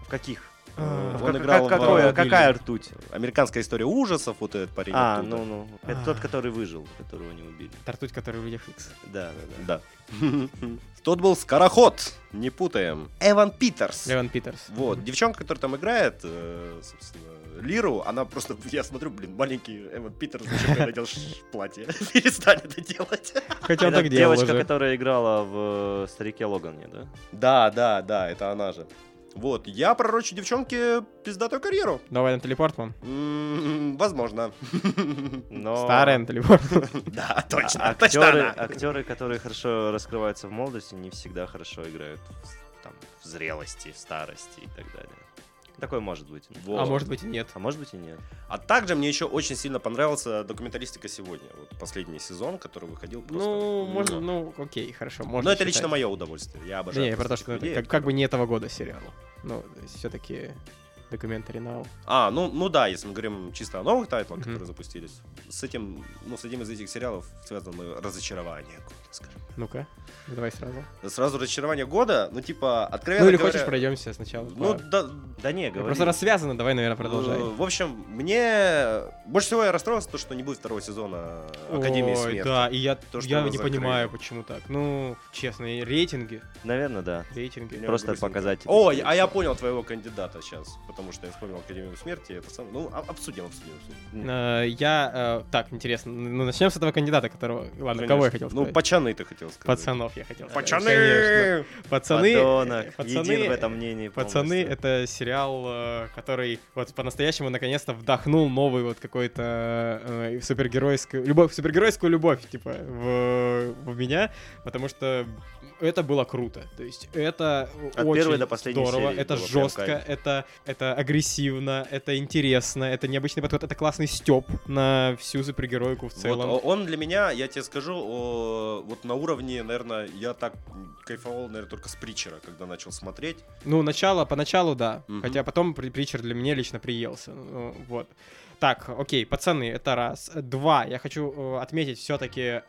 Speaker 3: В каких? Э,
Speaker 1: А,
Speaker 3: В
Speaker 2: Он
Speaker 3: как-
Speaker 2: играл
Speaker 3: как- какое-
Speaker 2: в
Speaker 3: Какая ртуть?
Speaker 2: Американская история ужасов, вот этот парень.
Speaker 3: А,
Speaker 2: оттуда.
Speaker 3: ну, ну. Это
Speaker 1: А.
Speaker 3: тот, который выжил, которого не убили.
Speaker 1: Тартуть, который в людях Икс.
Speaker 3: Да, да, да.
Speaker 2: Да. Тот был Скороход, не путаем. Эван Питерс.
Speaker 1: Леван Питерс.
Speaker 2: Вот, девчонка, которая там играет, э, собственно, Лиру, она просто, я смотрю, блин, маленький Эван Питерс, зачем я надел ш- платье? Перестань это делать.
Speaker 1: Хотя он
Speaker 3: Это
Speaker 1: так делал
Speaker 3: девочка,
Speaker 1: уже.
Speaker 3: которая играла в э, «Старике Логане», да?
Speaker 2: Да, да, да, это она же. Вот, я пророчу девчонке пиздатую карьеру.
Speaker 1: Давай Натали Портман.
Speaker 2: М, Возможно.
Speaker 3: Но...
Speaker 1: Старая Натали Портман.
Speaker 2: Да,
Speaker 3: А-
Speaker 2: точно, точно
Speaker 3: актеры,
Speaker 1: а
Speaker 2: она.
Speaker 3: актеры, которые хорошо раскрываются в молодости, не всегда хорошо играют в, с- там, в зрелости, в старости и так далее. Такое может быть.
Speaker 2: Вот.
Speaker 1: А может быть и нет.
Speaker 3: А может быть и нет.
Speaker 2: А также мне еще очень сильно понравился документалистика сегодня. Вот последний сезон, который выходил просто.
Speaker 1: Ну,
Speaker 2: Муа.
Speaker 1: можно, ну, окей, хорошо.
Speaker 2: Но
Speaker 1: Можно
Speaker 2: это лично
Speaker 1: считать.
Speaker 2: мое удовольствие. Я
Speaker 1: Да
Speaker 2: обожаю.
Speaker 1: не, я про то,
Speaker 2: просто
Speaker 1: что
Speaker 2: этих людей.
Speaker 1: это как, как бы не этого года сериал. Ну, все-таки документарий now.
Speaker 2: А, ну, ну да, если мы говорим чисто о новых тайтлах,
Speaker 1: Мгм.
Speaker 2: которые запустились, с этим, ну, с одним из этих сериалов связано мое разочарование года, скажем.
Speaker 1: Ну-ка, давай сразу.
Speaker 2: Сразу разочарование года, ну, типа, откровенно
Speaker 1: ну или
Speaker 2: говоря-
Speaker 1: хочешь пройдемся сначала?
Speaker 2: Ну,
Speaker 1: по-
Speaker 2: да,
Speaker 3: Да не, говори.
Speaker 1: Просто раз связано, давай, наверное, продолжай.
Speaker 2: э, В общем, мне больше всего я расстроился, то, что не будет второго сезона Академии
Speaker 1: Ой,
Speaker 2: Смерти.
Speaker 1: да, и я,
Speaker 2: То, что
Speaker 1: я
Speaker 2: мы
Speaker 1: не
Speaker 2: закрыли.
Speaker 1: понимаю, почему так. Ну, честно, и рейтинги,
Speaker 3: Наверное, да.
Speaker 1: рейтинги.
Speaker 2: Меня
Speaker 3: Просто
Speaker 2: грустненько.
Speaker 3: показатель.
Speaker 2: Ой, а я понял твоего кандидата сейчас, потому что я вспомнил Академию Смерти, это сам... Ну, а- обсудим, обсудим. обсудим. Ну,
Speaker 1: Э, Я... э, Так, интересно. Ну, начнем с этого кандидата, которого... Ладно,
Speaker 2: Конечно.
Speaker 1: а кого я хотел
Speaker 2: Ну,
Speaker 1: сказать?
Speaker 2: пацаны ты хотел сказать. Э,
Speaker 1: Пацанов я хотел сказать, конечно.
Speaker 2: Пацаны!
Speaker 1: Пацаны... э,
Speaker 3: Подонок.
Speaker 1: Пацаны...
Speaker 3: Един в этом мнении.
Speaker 1: Пацаны,
Speaker 3: полностью.
Speaker 1: это сериал, э, который вот по-настоящему наконец-то вдохнул новый вот какой-то э, супергеройскую любовь, супергеройскую любовь типа в, в меня, потому что это было круто, то есть это
Speaker 3: От
Speaker 1: очень
Speaker 3: первой до последней
Speaker 1: здорово,
Speaker 3: серии
Speaker 1: это
Speaker 3: было прям
Speaker 1: жестко,
Speaker 3: кайф.
Speaker 1: это это агрессивно, это интересно, это необычный подход, это классный степ на всю супергеройку в целом.
Speaker 2: Вот, о- он для меня, я тебе скажу, о, вот на уровне, наверное, я так кайфовал, наверное, только с Притчера, когда начал смотреть.
Speaker 1: Ну, начало, поначалу, да.
Speaker 2: Мгм.
Speaker 1: Хотя потом при- Притчер для меня лично приелся. Ну, вот. Так, окей, пацаны, это раз. Два, я хочу э, отметить э, все-таки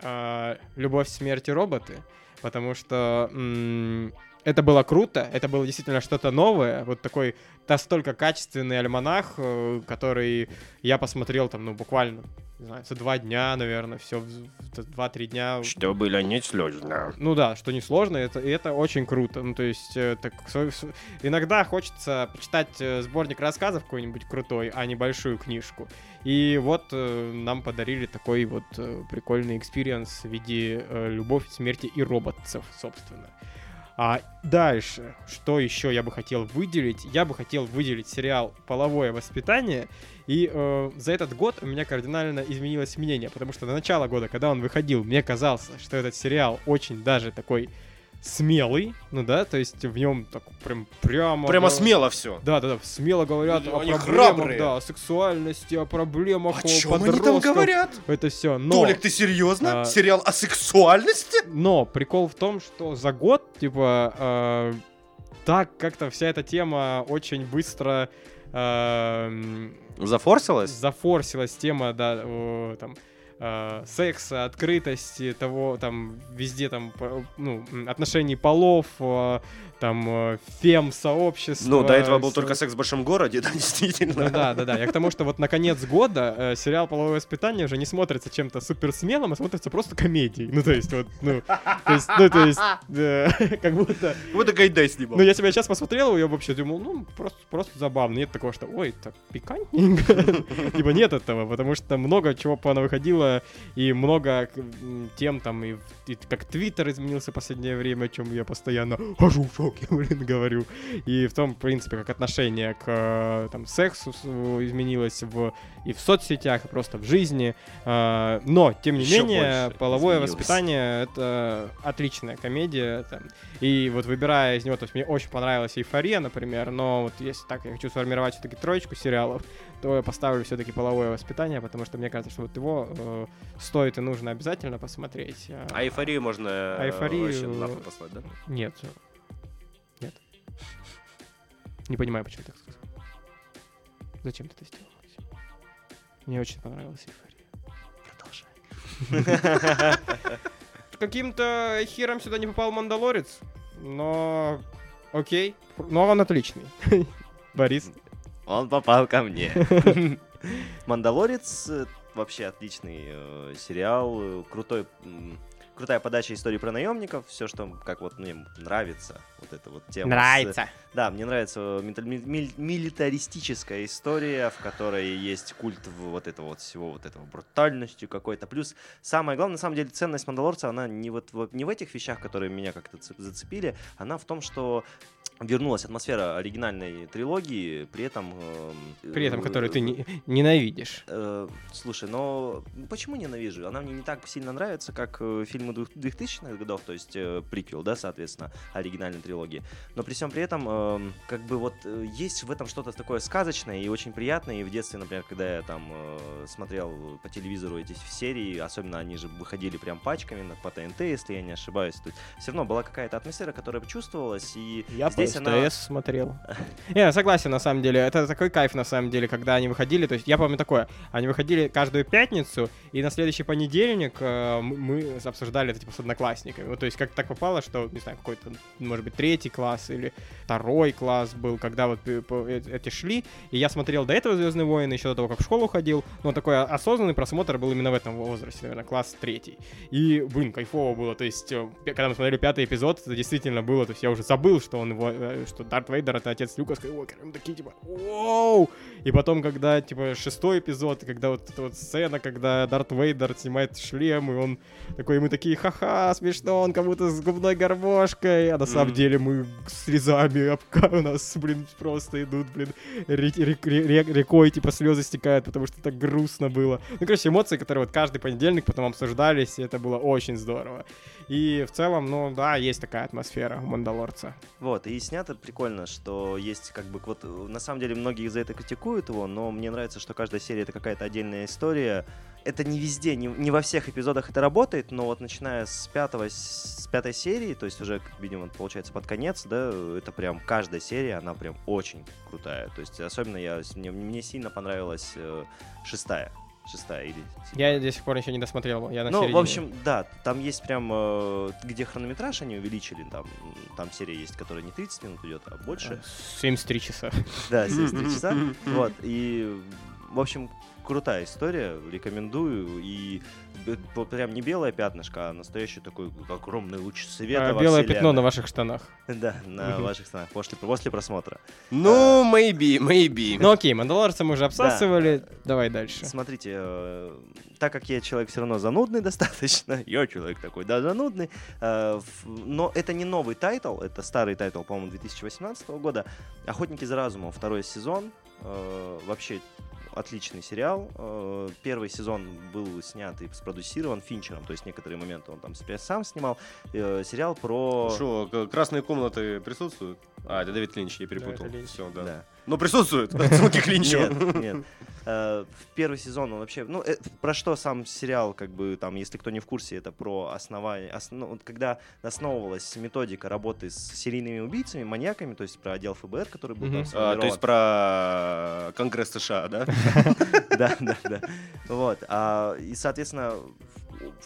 Speaker 1: «Любовь, смерть и роботы», потому что м, это было круто, это было действительно что-то новое, вот такой настолько качественный альманах, э, который я посмотрел там, ну, буквально, не знаю, за два дня, наверное, все, за два-три дня.
Speaker 2: Что было не сложно.
Speaker 1: Ну да, что несложно, это, и это очень круто. Ну, то есть, э, так, со- с- иногда хочется почитать э, сборник рассказов какой-нибудь крутой, а не большую книжку. И вот э, нам подарили такой вот э, прикольный экспириенс в виде э, «Любовь, смерти и роботцев», собственно. А дальше, что еще я бы хотел выделить? Я бы хотел выделить сериал «Половое воспитание», и э, за этот год у меня кардинально изменилось мнение, потому что до начала года, когда он выходил, мне казалось, что этот сериал очень даже такой смелый, ну да, то есть в нем так прям прямо...
Speaker 2: Прямо
Speaker 1: говор-
Speaker 2: смело все.
Speaker 1: Да, да, да, смело говорят
Speaker 2: Ну, Они
Speaker 1: о проблемах,
Speaker 2: храбрые.
Speaker 1: да, о сексуальности, о проблемах,
Speaker 2: О
Speaker 1: о
Speaker 2: чем они там
Speaker 1: подростках.
Speaker 2: говорят?
Speaker 1: Это все, но...
Speaker 2: Толик, ты серьезно?
Speaker 1: А.
Speaker 2: Сериал о сексуальности?
Speaker 1: Но прикол в том, что за год, типа, э, так как-то вся эта тема очень быстро э, м,
Speaker 2: Зафорсилась?
Speaker 1: зафорсилась, тема, да, о, там, э, секса, открытости, того, там, везде, там, по- ну, м, отношений полов, э, там, э, фем-сообщество.
Speaker 2: Ну, до этого был
Speaker 1: всего
Speaker 2: только секс в большом городе, да,
Speaker 1: э, ну
Speaker 2: действительно.
Speaker 1: да, да, да. Я к тому, что вот на конец года э, сериал «Половое воспитание» уже не смотрится чем-то суперсмелым, а смотрится просто комедией. Ну, то есть, вот, ну, то есть, ну, то есть, э, как будто...
Speaker 2: Вот и Гайдай снимал.
Speaker 1: Ну, я себя сейчас посмотрел, я вообще думал, ну, просто, просто забавно. Нет такого, что, ой, так пикантненько. Типа нет этого, потому что много чего понавыходило, и много к- м, тем там, и, в- и как Твиттер изменился в последнее время, о чем я постоянно хожу в шоке, блин, говорю. И в том, в принципе, как отношение к э, там, сексу с- изменилось в, и в соцсетях, и просто в жизни. А, Но, тем не
Speaker 2: Ещё
Speaker 1: менее,
Speaker 2: больше
Speaker 1: половое
Speaker 2: изменилось.
Speaker 1: воспитание — это отличная комедия. там, и вот выбирая из него, то есть мне очень понравилась «Эйфория», например, но вот если так я хочу сформировать все-таки троечку сериалов, то я поставлю все-таки «Половое воспитание», потому что мне кажется, что вот его э, стоит и нужно обязательно посмотреть. А-
Speaker 2: А эйфорию можно э,
Speaker 1: А эйфорию-
Speaker 2: вообще нахуй послать, да?
Speaker 1: Нет. Нет. Не понимаю, почему ты так сказал. Зачем ты это сделал, Максим? Мне очень понравилась «Эйфория».
Speaker 3: Продолжай.
Speaker 1: Каким-то хером сюда не попал «Мандалорец», но... Окей. Но он отличный. Борис.
Speaker 3: Он попал ко мне. Мандалорец э, вообще отличный э, сериал, э, крутой, м, крутая подача истории про наемников, все, что как вот мне нравится, вот эта вот тема. с- э, Да, мне нравится э, митал- ми- мил- милитаристическая история, в которой есть культ в- вот этого вот всего, вот этого брутальности какой-то. Плюс самое главное, на самом деле, ценность Мандалорца, она не вот в, не в этих вещах, которые меня как-то ц- зацепили, она в том, что вернулась атмосфера оригинальной трилогии, при этом... эм,
Speaker 1: При этом,
Speaker 3: э,
Speaker 1: который ты не- ненавидишь.
Speaker 3: Э, слушай, но почему ненавижу? Она мне не так сильно нравится, как э, фильмы двух- 2000-х годов, то есть э, приквел, да, соответственно, оригинальной трилогии. Но при всем при этом, эм, как бы вот э, есть в этом что-то такое сказочное и очень приятное. И в детстве, например, когда я там э, смотрел по телевизору эти серии, особенно они же выходили прям пачками на- по ТНТ, если я не ошибаюсь, то все равно была какая-то атмосфера, которая чувствовалась, и
Speaker 1: Я по
Speaker 3: здесь она...
Speaker 1: СТС смотрел. Я согласен, на самом деле. Это такой кайф, на самом деле, когда они выходили. То есть я помню такое. Они выходили каждую пятницу, и на следующий понедельник э, м- мы обсуждали это типа с одноклассниками. Вот, то есть как так попало, что, не знаю, какой-то, может быть, третий класс или второй класс был, когда вот э, по- э- эти шли. И я смотрел до этого Звездные войны, еще до того, как в школу ходил. Но такой осознанный просмотр был именно в этом возрасте, наверное, класс третий. И, блин, кайфово было. То есть, э, п- когда мы смотрели пятый эпизод, это действительно было. То есть я уже забыл, что он его, э, что Дарт Вейдер это отец Люка Скайуокера. И Мы такие типа, оу! И потом, когда, типа, шестой эпизод, когда вот эта вот сцена, когда Дарт Вейдер снимает шлем, и он такой, и мы такие, ха-ха, смешно, он как будто с губной гармошкой, а на самом
Speaker 2: Мгм.
Speaker 1: деле мы слезами, обка- у нас, блин, просто идут, блин, ре- ре- ре- ре- рекой, типа, слезы стекают, потому что так грустно было. Ну, короче, эмоции, которые вот каждый понедельник потом обсуждались, и это было очень здорово. И в целом, ну, да, есть такая атмосфера у Мандалорца.
Speaker 3: Вот, и снято прикольно, что есть как бы... Вот, э, на самом деле многие за это критикуют его, но мне нравится, что каждая серия — это какая-то отдельная история. Это не везде, не, не во всех эпизодах это работает, но вот начиная с, пятого, с с пятой серии, то есть уже, как, видимо, получается под конец, да, э, это прям каждая серия, она прям очень крутая. То есть особенно я, с- мне, мне сильно понравилась э, шестая. Шестая или седьмая.
Speaker 1: Я до сих пор еще не досмотрел. Я на
Speaker 3: Ну, в
Speaker 1: середине.
Speaker 3: общем, да, там есть прям, э, где хронометраж они увеличили, там, м, там серия есть, которая не 30 минут идет, а больше.
Speaker 1: 73 часа.
Speaker 3: Да, 73 часа. Вот, и, в общем, крутая история, рекомендую, и б- б- прям не белое пятнышко, а настоящий такой огромный луч света
Speaker 1: А,
Speaker 3: во
Speaker 1: Белое
Speaker 3: вселенной.
Speaker 1: пятно на ваших штанах.
Speaker 3: Да, на
Speaker 1: Мгм.
Speaker 3: ваших странах, после, после просмотра.
Speaker 2: Ну, maybe, maybe.
Speaker 1: Ну окей, Мандалорца мы уже обсасывали. Давай дальше.
Speaker 3: Смотрите, э, так как я человек все равно занудный достаточно, я человек такой, да, занудный, э, ф- но это не новый тайтл, это старый тайтл, по-моему, 2018 года. «Охотники за разумом», второй сезон, э, вообще отличный сериал. Э, Первый сезон был снят и спродюсирован Финчером, то есть некоторые моменты он там себя сам снимал. Э, Сериал про...
Speaker 2: Что, к- красные комнаты присутствуют? А, это Дэвид Линч, я
Speaker 1: Да,
Speaker 2: перепутал.
Speaker 1: это Линч.
Speaker 2: Все, да.
Speaker 3: Да.
Speaker 2: Но присутствуют, отсылки к Линчу.
Speaker 3: Нет, нет. Э, В первый сезон он вообще... Ну, э, про что сам сериал, как бы, там, если кто не в курсе, это про основание... ос- ну, вот когда основывалась методика работы с серийными убийцами, маньяками, то есть про отдел ФБР, который был там
Speaker 1: Мгм.
Speaker 2: А, То есть про
Speaker 3: сформирован.
Speaker 2: Конгресс США, да?
Speaker 3: Да, да, да. Вот. а, И, соответственно,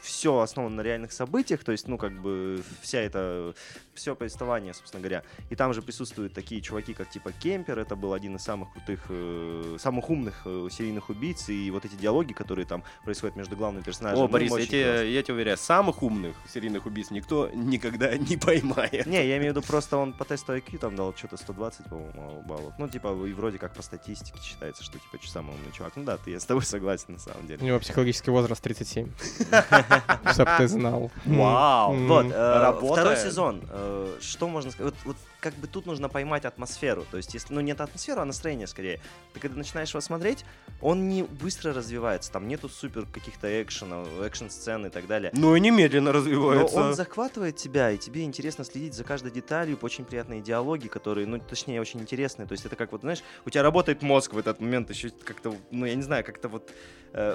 Speaker 3: все основано на реальных событиях, то есть, ну, как бы, вся эта... Все повествование, собственно говоря. И там же присутствуют такие чуваки, как типа Кемпер, это был один из самых крутых, э, самых умных э, серийных убийц, и вот эти диалоги, которые там происходят между главным персонажем.
Speaker 2: О,
Speaker 3: ну,
Speaker 2: Борис, я
Speaker 3: очень классно.
Speaker 2: тебе, я тебе уверяю, самых умных серийных убийц никто никогда не поймает.
Speaker 3: Не, я имею в виду просто он по тесту IQ там дал что-то 120, по-моему, баллов. Ну, типа, и вроде как по статистике считается, что, типа, чё самый умный чувак. Ну да, ты, я с тобой согласен, на самом деле.
Speaker 1: У него психологический возраст 37. Чтоб ты знал.
Speaker 3: Вау!
Speaker 1: М.
Speaker 3: Вот,
Speaker 1: М.
Speaker 3: э,
Speaker 2: Работает.
Speaker 3: второй сезон. э, Что можно сказать? Вот, вот как бы тут нужно поймать атмосферу. То есть, если ну нет атмосферы, а настроение скорее. Ты когда начинаешь его смотреть, он не быстро развивается. Там нету супер каких-то экшенов, экшн-сцен и так далее.
Speaker 2: Ну и немедленно
Speaker 3: Но
Speaker 2: развивается.
Speaker 3: он захватывает тебя, и тебе интересно следить за каждой деталью, очень приятные диалоги, которые, ну, точнее, очень интересные. То есть это как вот, знаешь, у тебя работает мозг в этот момент, еще как-то, ну, я не знаю, как-то вот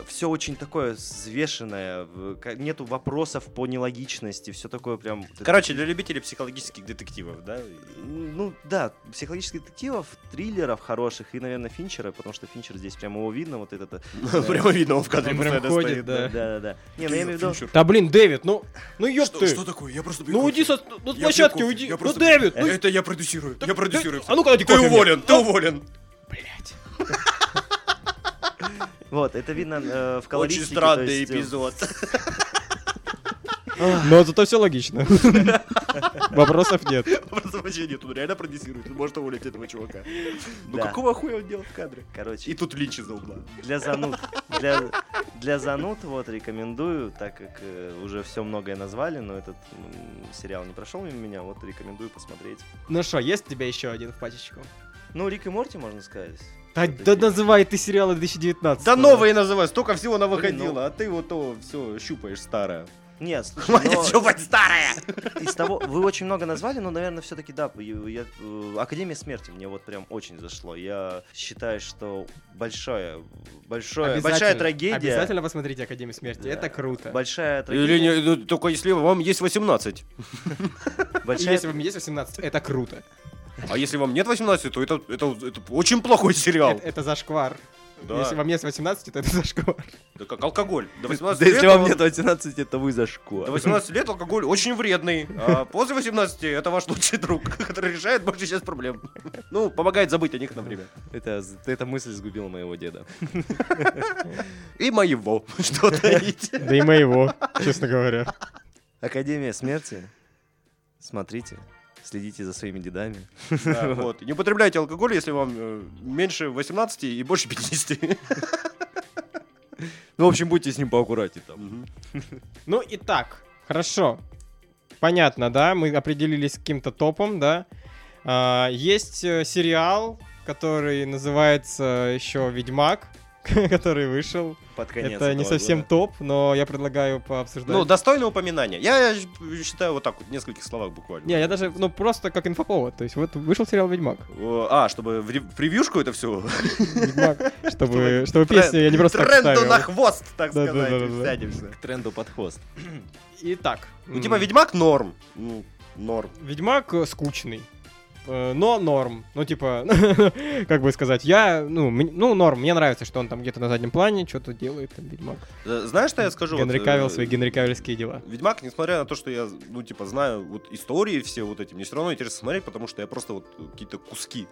Speaker 3: все очень такое взвешенное, в- ка- нету вопросов по нелогичности, все такое прям... вот это-
Speaker 2: Короче, для любителей психологических детективов, да?
Speaker 3: ну да, психологических детективов, триллеров хороших и, наверное, Финчера, потому что Финчер здесь прямо его видно, вот этот... э,
Speaker 2: Прямо видно, он в кадре
Speaker 1: Он прям
Speaker 2: постоянно
Speaker 1: ходит,
Speaker 2: стоит.
Speaker 1: да.
Speaker 3: Да-да-да. Не, ну я имею в виду...
Speaker 1: Да блин, Дэвид, ну, ну ёб
Speaker 2: Что,
Speaker 1: ты.
Speaker 2: что такое? Я просто пью
Speaker 1: ну уйди
Speaker 2: кофе.
Speaker 1: со, ну, с
Speaker 2: Я
Speaker 1: площадки
Speaker 2: пью кофе.
Speaker 1: уйди.
Speaker 2: Я
Speaker 1: ну
Speaker 2: просто-
Speaker 1: Дэвид, ну,
Speaker 2: Это я продюсирую. Я продюсирую.
Speaker 1: а ну-ка дайте
Speaker 2: Ты
Speaker 1: кофе мне.
Speaker 2: уволен, ты уволен.
Speaker 1: Блядь.
Speaker 3: Вот, это видно э, в колористике.
Speaker 2: Очень
Speaker 3: то
Speaker 2: странный
Speaker 3: есть, э,
Speaker 2: эпизод.
Speaker 1: Но зато все логично. Вопросов нет.
Speaker 2: Просто вообще нет, он реально продюсирует, он может уволить этого чувака. Ну
Speaker 3: Да.
Speaker 2: какого хуя он делает в кадре?
Speaker 3: Короче,
Speaker 2: И тут Линч из-за угла.
Speaker 3: для зануд. Для, для зануд вот рекомендую, так как э, уже все многое назвали, но этот м, сериал не прошел мимо меня, вот рекомендую посмотреть.
Speaker 1: Ну что, есть у тебя еще один в пачечку?
Speaker 3: Ну, Рик и Морти, можно сказать.
Speaker 1: Да,
Speaker 3: Всё-таки.
Speaker 1: да называй ты сериалы 2019.
Speaker 2: Да новые называй, столько всего на
Speaker 3: Блин, ну.
Speaker 2: выходило, а ты вот то все щупаешь старое.
Speaker 3: Нет, слушай, но
Speaker 2: Хватит щупать старое!
Speaker 3: из того, вы очень много назвали, но, наверное, все-таки да. я- я, э, Академия смерти мне вот прям очень зашло. Я считаю, что большая, большая, большая трагедия.
Speaker 1: Обязательно посмотрите Академию смерти.
Speaker 3: Да.
Speaker 1: Это круто.
Speaker 3: Большая трагедия.
Speaker 2: Или не, ну, только если вам есть 18.
Speaker 1: И
Speaker 3: большая
Speaker 1: А если вам есть 18, это круто.
Speaker 2: А если вам нет 18, то это, это, это очень плохой сериал.
Speaker 1: Это, это зашквар.
Speaker 2: Да.
Speaker 1: Если вам есть 18, то это зашквар.
Speaker 2: Да как алкоголь. До 18
Speaker 3: Да
Speaker 2: лет
Speaker 3: если вам
Speaker 2: он-
Speaker 3: нет 18, это вы за школу.
Speaker 2: До 18 Э, лет алкоголь очень вредный. А после 18 это ваш лучший друг, который решает большую часть проблем. Ну, помогает забыть о них на время.
Speaker 3: Это, эта мысль сгубила моего деда.
Speaker 2: И моего. Что таить.
Speaker 1: Да и моего, честно говоря.
Speaker 3: Академия смерти. Смотрите, следите за своими дедами.
Speaker 2: Да, Вот. Не употребляйте алкоголь, если вам э, меньше 18 и больше 50.
Speaker 3: Ну, в общем, будьте с ним поаккуратнее там.
Speaker 1: Ну и так, хорошо. Понятно, да, мы определились с каким-то топом, да. А, есть э, сериал, который называется еще «Ведьмак», который вышел.
Speaker 3: Под конец
Speaker 1: Это не
Speaker 3: этого
Speaker 1: совсем
Speaker 3: года.
Speaker 1: топ, но я предлагаю пообсуждать.
Speaker 2: Ну, достойно упоминания. Я э, считаю вот так вот, в нескольких словах буквально.
Speaker 1: Не, я даже, ну, просто как инфоповод. То есть вот вышел сериал «Ведьмак».
Speaker 2: О, А, чтобы в ре- в превьюшку это все...
Speaker 1: «Ведьмак», чтобы, чтобы песню я не просто так
Speaker 2: Тренду
Speaker 1: ставил.
Speaker 2: на хвост, так
Speaker 1: Да, да, да, да,
Speaker 2: сказать,
Speaker 1: да.
Speaker 2: сядемся.
Speaker 3: К тренду под хвост.
Speaker 1: Итак.
Speaker 2: Ну, типа,
Speaker 1: м,
Speaker 2: Ведьмак норм. Ну, Норм.
Speaker 1: «Ведьмак» э, скучный. э, но норм. Ну, типа, как бы сказать, я, ну, м- ну, норм, мне нравится, что он там где-то на заднем плане что-то делает, там, Ведьмак.
Speaker 2: Э, Знаешь, что я скажу? Вот,
Speaker 1: Генри
Speaker 2: э,
Speaker 1: Кавилл, свои Генри Кавильские дела.
Speaker 2: Ведьмак, несмотря на то, что я, ну, типа, знаю вот истории все вот эти, мне все равно интересно смотреть, потому что я просто вот какие-то куски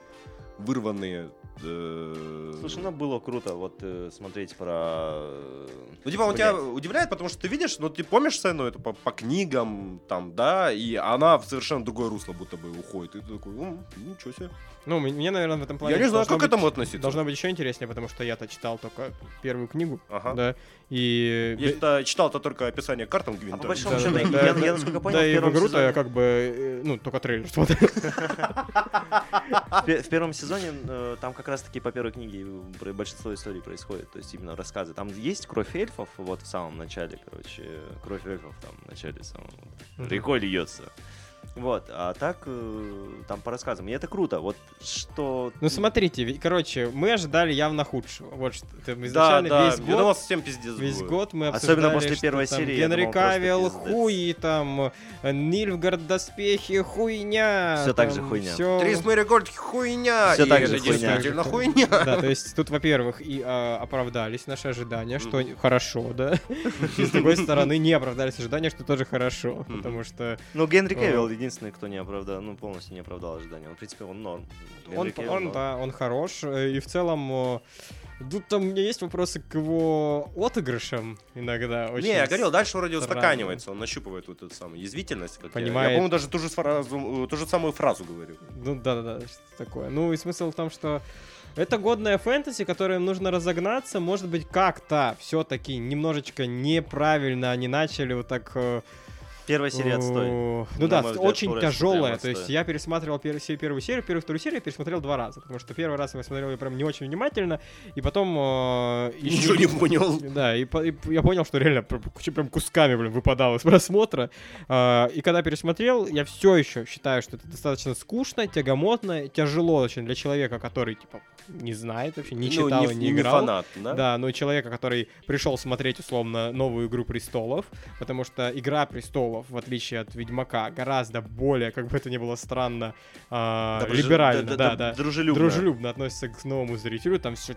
Speaker 2: вырванные. э,
Speaker 3: Слушай, ну было круто вот э, смотреть про... э,
Speaker 2: Ну, типа, он
Speaker 3: блядь.
Speaker 2: тебя удивляет, потому что ты видишь, ну, ты помнишь сцену эту по, по книгам, там, да, и она в совершенно другое русло будто бы уходит. И ты такой, ну, ничего себе.
Speaker 1: Ну, м- мне, наверное, в этом плане...
Speaker 2: я не знаю,
Speaker 1: должно
Speaker 2: как к
Speaker 1: быть-
Speaker 2: этому относиться.
Speaker 1: Должно быть еще интереснее, потому что я-то читал только первую книгу,
Speaker 2: Ага.
Speaker 1: да, и...
Speaker 2: Я читал- читал-то только описание картам Гвинта.
Speaker 3: А по большому
Speaker 1: Да,
Speaker 3: счету,
Speaker 1: да,
Speaker 3: я-
Speaker 1: да,
Speaker 3: я,
Speaker 1: да.
Speaker 3: я, насколько понял,
Speaker 1: да,
Speaker 3: в
Speaker 1: и в
Speaker 3: первом
Speaker 1: игру-то я
Speaker 3: сезоне...
Speaker 1: как бы, э, ну, только трейлер смотрел.
Speaker 3: В пе- В первом сезоне э, там как раз-таки по первой книге э, про- большинство историй происходит, то есть именно рассказы. Там есть кровь эльфов вот в самом начале, короче, э, кровь эльфов там в начале самого.
Speaker 1: Мгм.
Speaker 3: Рекой льется. Вот, а так э, там по рассказам. И это круто. Вот что...
Speaker 1: Ну смотрите, ведь, короче, мы ожидали явно худшего. Вот что там
Speaker 2: Да,
Speaker 1: изначально
Speaker 2: да,
Speaker 1: весь
Speaker 2: я думал,
Speaker 1: год,
Speaker 2: совсем пиздец
Speaker 1: весь
Speaker 2: будет.
Speaker 1: год мы обсуждали,
Speaker 3: Особенно после
Speaker 1: что
Speaker 3: первой
Speaker 1: там
Speaker 3: серии, я
Speaker 1: Генри
Speaker 3: думал, просто
Speaker 1: Кавилл,
Speaker 3: пиздец.
Speaker 1: хуи, там, э, Нильфгард, доспехи, хуйня.
Speaker 3: Всё так же хуйня.
Speaker 1: всё.
Speaker 2: Трис Мэри Гольд хуйня!
Speaker 3: Всё
Speaker 2: И
Speaker 3: так
Speaker 2: это
Speaker 3: же хуйня.
Speaker 2: действительно хуйня.
Speaker 1: Да, то есть тут, во-первых, и а, оправдались наши ожидания, что
Speaker 2: Мгм.
Speaker 1: хорошо, да. И с другой стороны, не оправдались ожидания, что тоже хорошо.
Speaker 2: Мгм.
Speaker 1: Потому что
Speaker 3: Ну, Генри
Speaker 1: Э.
Speaker 3: Кевилл единственный, кто не оправдал, ну, полностью не оправдал ожидания. Он, в принципе, он норм. Генри
Speaker 1: он,
Speaker 3: Кевилл
Speaker 1: он,
Speaker 3: норм.
Speaker 1: да, он хорош. э, И в целом, э, тут там у меня есть вопросы к его отыгрышам иногда. очень
Speaker 2: Не, я говорил, дальше вроде
Speaker 1: странно.
Speaker 2: устаканивается, он нащупывает вот эту самую язвительность. как я-
Speaker 1: Понимает.
Speaker 2: Я, по-моему, даже ту же, фразу, э, ту же самую фразу говорю.
Speaker 1: Ну да, да, да, что такое. Ну и смысл в том, что это годная фэнтези, которым нужно разогнаться. Может быть, как-то все-таки немножечко неправильно они начали вот так. э,
Speaker 3: Первая серия отстой.
Speaker 1: э,
Speaker 3: На
Speaker 1: Ну да,
Speaker 3: мой взгляд,
Speaker 1: очень
Speaker 3: Forest
Speaker 1: тяжелая.
Speaker 3: прям
Speaker 1: То есть
Speaker 3: отстой.
Speaker 1: я пересматривал пер- всю первую серию, первую и вторую серию я пересмотрел два раза, потому что первый раз я смотрел ее прям не очень внимательно, и потом э, ещё-
Speaker 2: Ничего не понял.
Speaker 1: да, и, по- и п- я понял, что реально пр- куча прям кусками, блин, выпадало из просмотра. А, и когда пересмотрел, я все еще считаю, что это достаточно скучно, тягомотно, тяжело очень для человека, который, типа, не знает вообще, не
Speaker 2: Ну,
Speaker 1: читал и не, играл.
Speaker 2: фанат, да?
Speaker 1: Да, но и человека, который пришел смотреть, условно, новую «Игру престолов», потому что «Игра престолов», в отличие от «Ведьмака», гораздо более, как бы это ни было странно, а,
Speaker 3: Доброжи-
Speaker 1: либерально, да, да
Speaker 3: Дружелюбно.
Speaker 1: дружелюбно. относится к новому зрителю, там все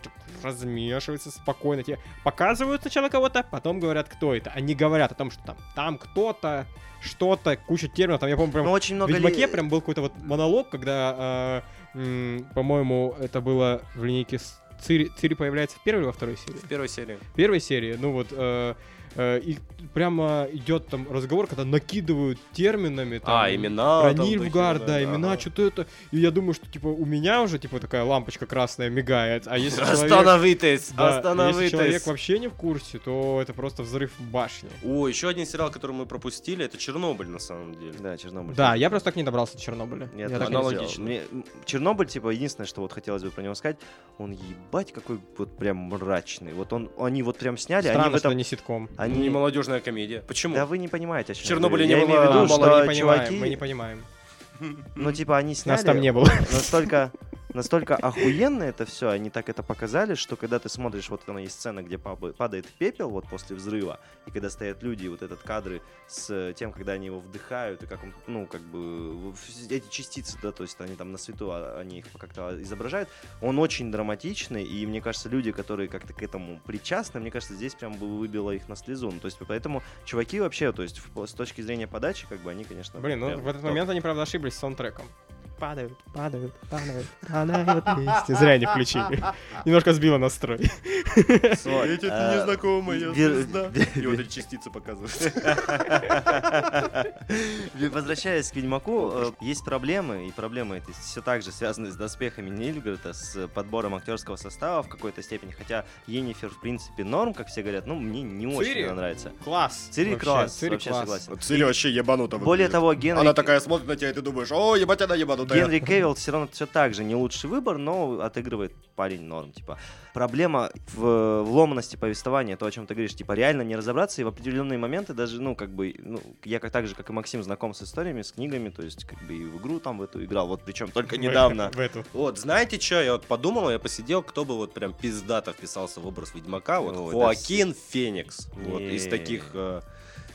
Speaker 1: размешивается спокойно. Тебе показывают сначала кого-то, а потом говорят, кто это. Они говорят о том, что там, там кто-то, что-то, куча терминов. Там, я помню, прям
Speaker 3: Ну, очень много
Speaker 1: в Ведьмаке
Speaker 3: ли-
Speaker 1: прям был какой-то вот монолог, когда, э, м, по-моему, это было в линейке с- Цири, Цири появляется в первой или во второй серии?
Speaker 2: В первой серии.
Speaker 1: В первой серии, ну вот, э, э, и прямо идет там разговор, когда накидывают терминами. Там,
Speaker 2: А, имена.
Speaker 1: про
Speaker 2: там,
Speaker 1: Нильфгард,
Speaker 2: духи,
Speaker 1: да, имена,
Speaker 2: ага.
Speaker 1: что-то это. И я думаю, что типа у меня уже типа такая лампочка красная мигает, а если человек,
Speaker 2: Остановитесь,
Speaker 1: да, если
Speaker 2: остановитесь.
Speaker 1: человек вообще не в курсе, то это просто взрыв башни.
Speaker 2: О, еще один сериал, который мы пропустили, это Чернобыль на самом деле.
Speaker 3: Да, Чернобыль.
Speaker 1: Да, я просто так не добрался до Чернобыля.
Speaker 3: Нет,
Speaker 1: Я так и не
Speaker 2: аналог-
Speaker 1: сделал.
Speaker 2: сделал.
Speaker 3: Мне, м, Чернобыль, типа, единственное, что вот хотелось бы про него сказать, он ебать какой вот прям мрачный. Вот он, они вот прям сняли, они в
Speaker 1: Странно, что
Speaker 3: этом...
Speaker 1: не ситком.
Speaker 3: Они...
Speaker 2: Не молодежная комедия. Почему?
Speaker 3: Да вы не понимаете, о чем
Speaker 2: В Чернобыле
Speaker 3: я
Speaker 2: не
Speaker 3: говорю.
Speaker 2: было
Speaker 3: Я имею в
Speaker 1: Ну,
Speaker 3: виду,
Speaker 2: мало-
Speaker 1: мы не
Speaker 3: что
Speaker 1: понимаем, мы не
Speaker 3: чуваки,
Speaker 1: понимаем.
Speaker 3: ну, типа, они сняли...
Speaker 1: Нас там не было.
Speaker 3: настолько, настолько охуенно это все, они так это показали, что когда ты смотришь, вот она есть сцена, где пабы- падает пепел вот после взрыва, и когда стоят люди, и вот этот кадры с э, тем, когда они его вдыхают, и как он, ну, как бы, в- эти частицы, да, то есть они там на свету, а, они их как-то изображают, он очень драматичный, и мне кажется, люди, которые как-то к этому причастны, мне кажется, здесь прям бы выбило их на слезу, ну, то есть поэтому чуваки вообще, то есть в- с точки зрения подачи, как бы, они, конечно...
Speaker 1: Блин, ну
Speaker 3: прям
Speaker 1: в этот
Speaker 3: топ.
Speaker 1: момент они, правда, ошиблись с саундтреком. Падают, падают, падают, падают вместе. Зря не включили. Немножко сбило настрой.
Speaker 3: Вот,
Speaker 2: Эти ты
Speaker 3: а,
Speaker 2: незнакомая
Speaker 3: вер-
Speaker 2: звезда.
Speaker 3: вер-
Speaker 2: И вот эти частицы показывают.
Speaker 3: Возвращаясь к Ведьмаку, э, есть проблемы, и проблемы эти все так же связаны с доспехами Нильгарта, с э, подбором актерского состава в какой-то степени, хотя Енифер, в принципе, норм, как все говорят, ну, мне не очень она нравится.
Speaker 1: Класс.
Speaker 3: Цири
Speaker 1: Вообще,
Speaker 3: класс,
Speaker 1: Цири
Speaker 3: вообще
Speaker 1: класс.
Speaker 3: согласен.
Speaker 2: Цели вообще ебанута
Speaker 3: Более того, Генри...
Speaker 2: Она такая смотрит на тебя, и ты думаешь, о, ебать, она ебанутая.
Speaker 3: Генри Кевилл все равно все так же не лучший выбор, но отыгрывает парень норм, типа. Проблема в, в ломаности повествования, то, о чем ты говоришь, типа реально не разобраться, и в определенные моменты даже, ну, как бы, ну, я как так же, как и Максим, знаком с историями, с книгами, то есть, как бы, и в игру там в эту играл, вот причем только недавно.
Speaker 1: В эту.
Speaker 2: Вот, знаете что, я вот подумал, я посидел, кто бы вот прям пиздато вписался в образ Ведьмака, вот
Speaker 3: Ой, да
Speaker 2: Хоакин Феникс, вот
Speaker 3: Не.
Speaker 2: из таких... э,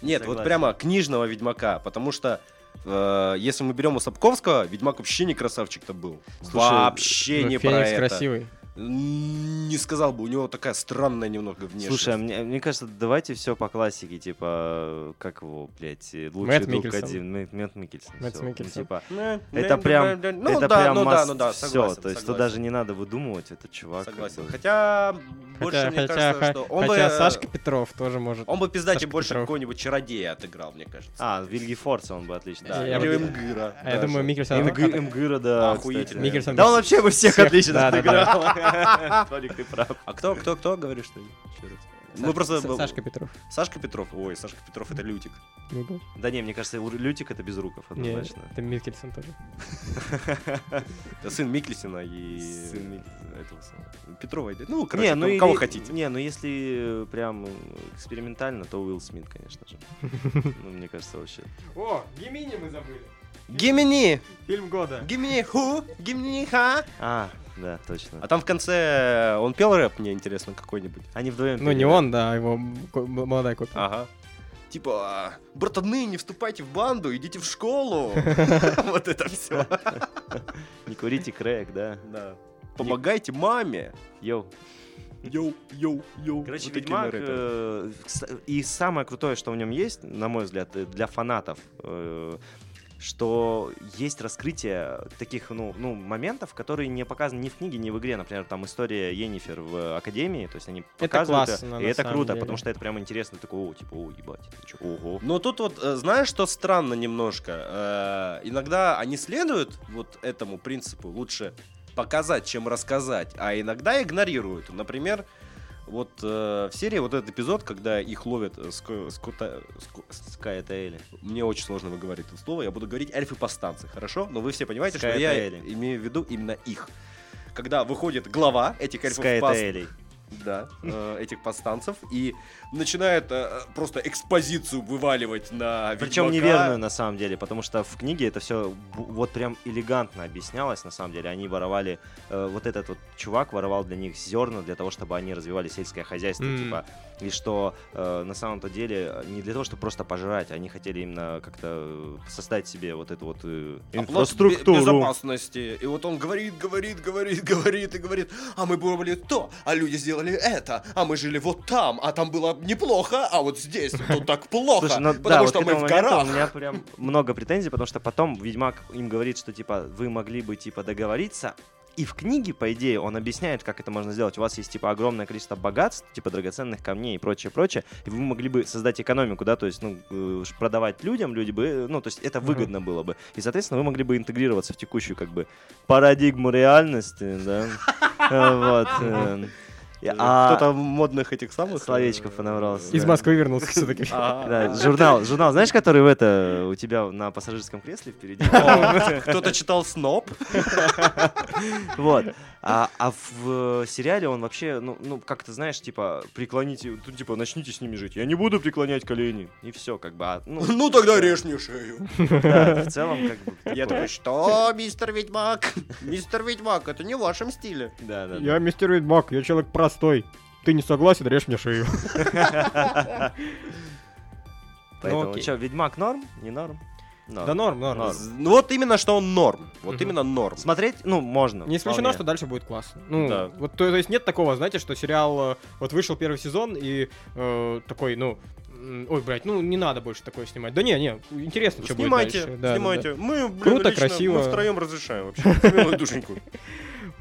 Speaker 2: Нет, вот
Speaker 3: Согласен.
Speaker 2: прямо книжного Ведьмака, потому что э, если мы берем у Сапковского, Ведьмак вообще не красавчик-то был.
Speaker 3: Слушай,
Speaker 2: вообще
Speaker 1: Ну,
Speaker 2: не про
Speaker 1: Феникс
Speaker 2: это.
Speaker 1: красивый.
Speaker 2: М, Не сказал бы, у него такая странная немного внешность.
Speaker 3: Слушай, а мне, мне кажется, давайте все по классике, типа, как его, блядь, э, лучший
Speaker 1: Мэтт
Speaker 3: друг
Speaker 1: Миккельсон.
Speaker 3: один, Мэтт, Мэтт Миккельсон.
Speaker 1: Мэтт
Speaker 3: всё. Ну,
Speaker 1: Миккельсон.
Speaker 3: типа,
Speaker 2: Ну,
Speaker 3: это
Speaker 2: ну,
Speaker 3: прям,
Speaker 2: ну
Speaker 3: это
Speaker 2: да,
Speaker 3: прям
Speaker 2: ну да, ну да,
Speaker 3: все,
Speaker 2: согласен,
Speaker 3: то есть тут
Speaker 2: согласен.
Speaker 3: даже не надо выдумывать, этот чувак. как
Speaker 2: Согласен.
Speaker 3: бы.
Speaker 2: Хотя, больше
Speaker 1: Хотя,
Speaker 2: мне
Speaker 1: хотя,
Speaker 2: кажется,
Speaker 1: ха-
Speaker 2: что он
Speaker 1: хотя
Speaker 2: бы... э,
Speaker 1: Сашка Петров тоже может.
Speaker 2: Он бы пиздать
Speaker 1: Сашка
Speaker 2: больше
Speaker 1: Петров.
Speaker 2: какого-нибудь чародея отыграл, мне кажется.
Speaker 3: А, Вильгефорца он бы отлично.
Speaker 2: да.
Speaker 1: я
Speaker 3: сыграл.
Speaker 2: Или
Speaker 1: бы-
Speaker 2: Мгыра.
Speaker 1: А я думаю, Микельсон...
Speaker 3: Мгы- Мгыра, да,
Speaker 2: Охуительно.
Speaker 3: кстати.
Speaker 1: Микельсон
Speaker 3: Да
Speaker 1: без-
Speaker 3: он вообще бы всех
Speaker 1: всех,
Speaker 3: отлично
Speaker 1: да, да,
Speaker 3: сыграл. Толик, ты прав.
Speaker 2: А кто, кто, кто, говоришь, что ли? Ещё раз.
Speaker 1: Сашка-
Speaker 2: Мы просто...
Speaker 1: С- Сашка Петров.
Speaker 2: Сашка Петров? Ой, Сашка Петров это лютик.
Speaker 1: Ну да.
Speaker 3: Да не, мне кажется, Лу- Лютик это без руков
Speaker 1: Не,
Speaker 3: однозначно.
Speaker 1: это Микельсон тоже.
Speaker 2: Это сын Миклисина и...
Speaker 3: Сын
Speaker 2: этого самого. Петрова идет. Ну, короче, там
Speaker 3: и-
Speaker 2: кого
Speaker 3: и-
Speaker 2: хотите.
Speaker 3: Не, ну если э, прям э, экспериментально, то Уилл Смит, конечно же. Ну, мне кажется, вообще.
Speaker 1: О, Гемини мы забыли.
Speaker 2: Гимини!
Speaker 1: Фильм года.
Speaker 2: Гимини ху! Гимини ха!
Speaker 3: А, да, точно.
Speaker 2: А там в конце э, он пел рэп, мне интересно, какой-нибудь.
Speaker 3: Они вдвоем.
Speaker 1: Ну, не
Speaker 3: пели, да?
Speaker 1: он, да, его м- ко- м- молодая копия.
Speaker 2: Ага. Типа, братаны, не вступайте в банду, идите в школу. Вот это все.
Speaker 3: Не курите крэк, да.
Speaker 2: Да. Помогайте маме.
Speaker 3: Йоу.
Speaker 2: Йоу, йоу, йоу.
Speaker 3: Короче,
Speaker 2: Вот такие мы
Speaker 3: Ведьмак,
Speaker 2: рэперы.
Speaker 3: э, кс- и самое крутое, что в нем есть, на мой взгляд, э, для фанатов, э, что есть раскрытие таких ну, ну, моментов, которые не показаны ни в книге, ни в игре. Например, там история Енифер в Академии, то есть они показывают, э,
Speaker 1: классно,
Speaker 3: и
Speaker 1: на
Speaker 3: это
Speaker 1: самом
Speaker 3: круто,
Speaker 1: деле.
Speaker 3: потому что это прям интересно, такой, о, типа, о, ебать, это чё, ого.
Speaker 2: Но тут вот, э, знаешь, что странно немножко? Э, Иногда они следуют вот этому принципу лучше показать, чем рассказать, а иногда игнорируют. Например, вот э, в серии вот этот эпизод, когда их ловят э, ско- скота- ско- с-
Speaker 3: Скайтейли.
Speaker 2: Мне очень сложно выговорить это слово. Я буду говорить эльфы постанцы, хорошо? Но вы все понимаете, что я
Speaker 3: Скайтейли.
Speaker 2: имею в виду именно их. Когда выходит глава этих эльфов пас-
Speaker 3: Скайтейли.
Speaker 2: да, э, этих постанцев и начинает э, просто экспозицию вываливать на
Speaker 3: Причем
Speaker 2: Ведьмака.
Speaker 3: неверную, на самом деле, потому что в книге это все вот прям элегантно объяснялось, на самом деле. Они воровали, э, вот этот вот чувак воровал для них зерна, для того, чтобы они развивали сельское хозяйство,
Speaker 1: М.
Speaker 3: типа. И что э, на самом-то деле не для того, чтобы просто пожрать, они хотели именно как-то э, создать себе вот эту вот э,
Speaker 2: Оплата бе-
Speaker 3: инфраструктуру.
Speaker 2: безопасности. И вот он говорит, говорит, говорит, говорит и говорит, а мы были то, а люди сделали это, а мы жили вот там, а там было неплохо, а вот здесь тут так плохо,
Speaker 3: Слушай, ну,
Speaker 2: потому
Speaker 3: да, вот
Speaker 2: что
Speaker 3: к
Speaker 2: мы
Speaker 3: этому
Speaker 2: в
Speaker 3: моменту
Speaker 2: горах.
Speaker 3: У меня прям много претензий, потому что потом Ведьмак им говорит, что типа вы могли бы типа договориться. И в книге, по идее, он объясняет, как это можно сделать. У вас есть типа огромное количество богатств, типа драгоценных камней и прочее, прочее. И вы могли бы создать экономику, да, то есть, ну, э, ш- продавать людям, люди бы, э, ну, то есть это
Speaker 1: Мгм.
Speaker 3: выгодно было бы. И, соответственно, вы могли бы интегрироваться в текущую, как бы, парадигму реальности, да. Э, Вот. э. И- а-
Speaker 2: Кто-то модных этих самых...
Speaker 3: словечков понабрался,
Speaker 1: Из
Speaker 3: да.
Speaker 1: Москвы вернулся все-таки.
Speaker 3: Да, журнал, журнал, знаешь, который в это у тебя на пассажирском кресле впереди?
Speaker 2: Кто-то читал Сноп.
Speaker 3: Вот. А, а в э, сериале он вообще, ну, ну, как ты знаешь, типа, преклоните, тут типа, начните с ними жить. Я не буду преклонять колени. И все, как бы. а, ну,
Speaker 2: Ну тогда режь мне шею.
Speaker 3: да, в целом, как бы.
Speaker 2: Я
Speaker 3: такое.
Speaker 2: такой, что, мистер Ведьмак? Мистер Ведьмак, это не в вашем стиле.
Speaker 3: Да, да.
Speaker 1: Я мистер Ведьмак, я человек простой. Ты не согласен, режь мне шею.
Speaker 3: да. Поэтому
Speaker 1: Ну, окей.
Speaker 3: что, Ведьмак норм? Не норм? Норм.
Speaker 1: Да норм, норм.
Speaker 3: Норм.
Speaker 2: Ну вот именно, что он норм. Вот
Speaker 1: Мгм.
Speaker 2: именно норм.
Speaker 3: Смотреть, ну, можно.
Speaker 1: Не исключено,
Speaker 3: вполне.
Speaker 1: что дальше будет классно. Ну,
Speaker 2: Да.
Speaker 1: вот то, то есть нет такого, знаете, что сериал э, вот вышел первый сезон и э, такой, ну, м, ой, блядь, ну не надо больше такое снимать. Да не, не, интересно, что будет
Speaker 2: Снимайте,
Speaker 1: дальше. Да, да,
Speaker 2: снимайте. Мы, блин,
Speaker 1: Круто,
Speaker 2: лично,
Speaker 1: красиво.
Speaker 2: Мы втроем разрешаем вообще. за милую Душеньку.
Speaker 1: да.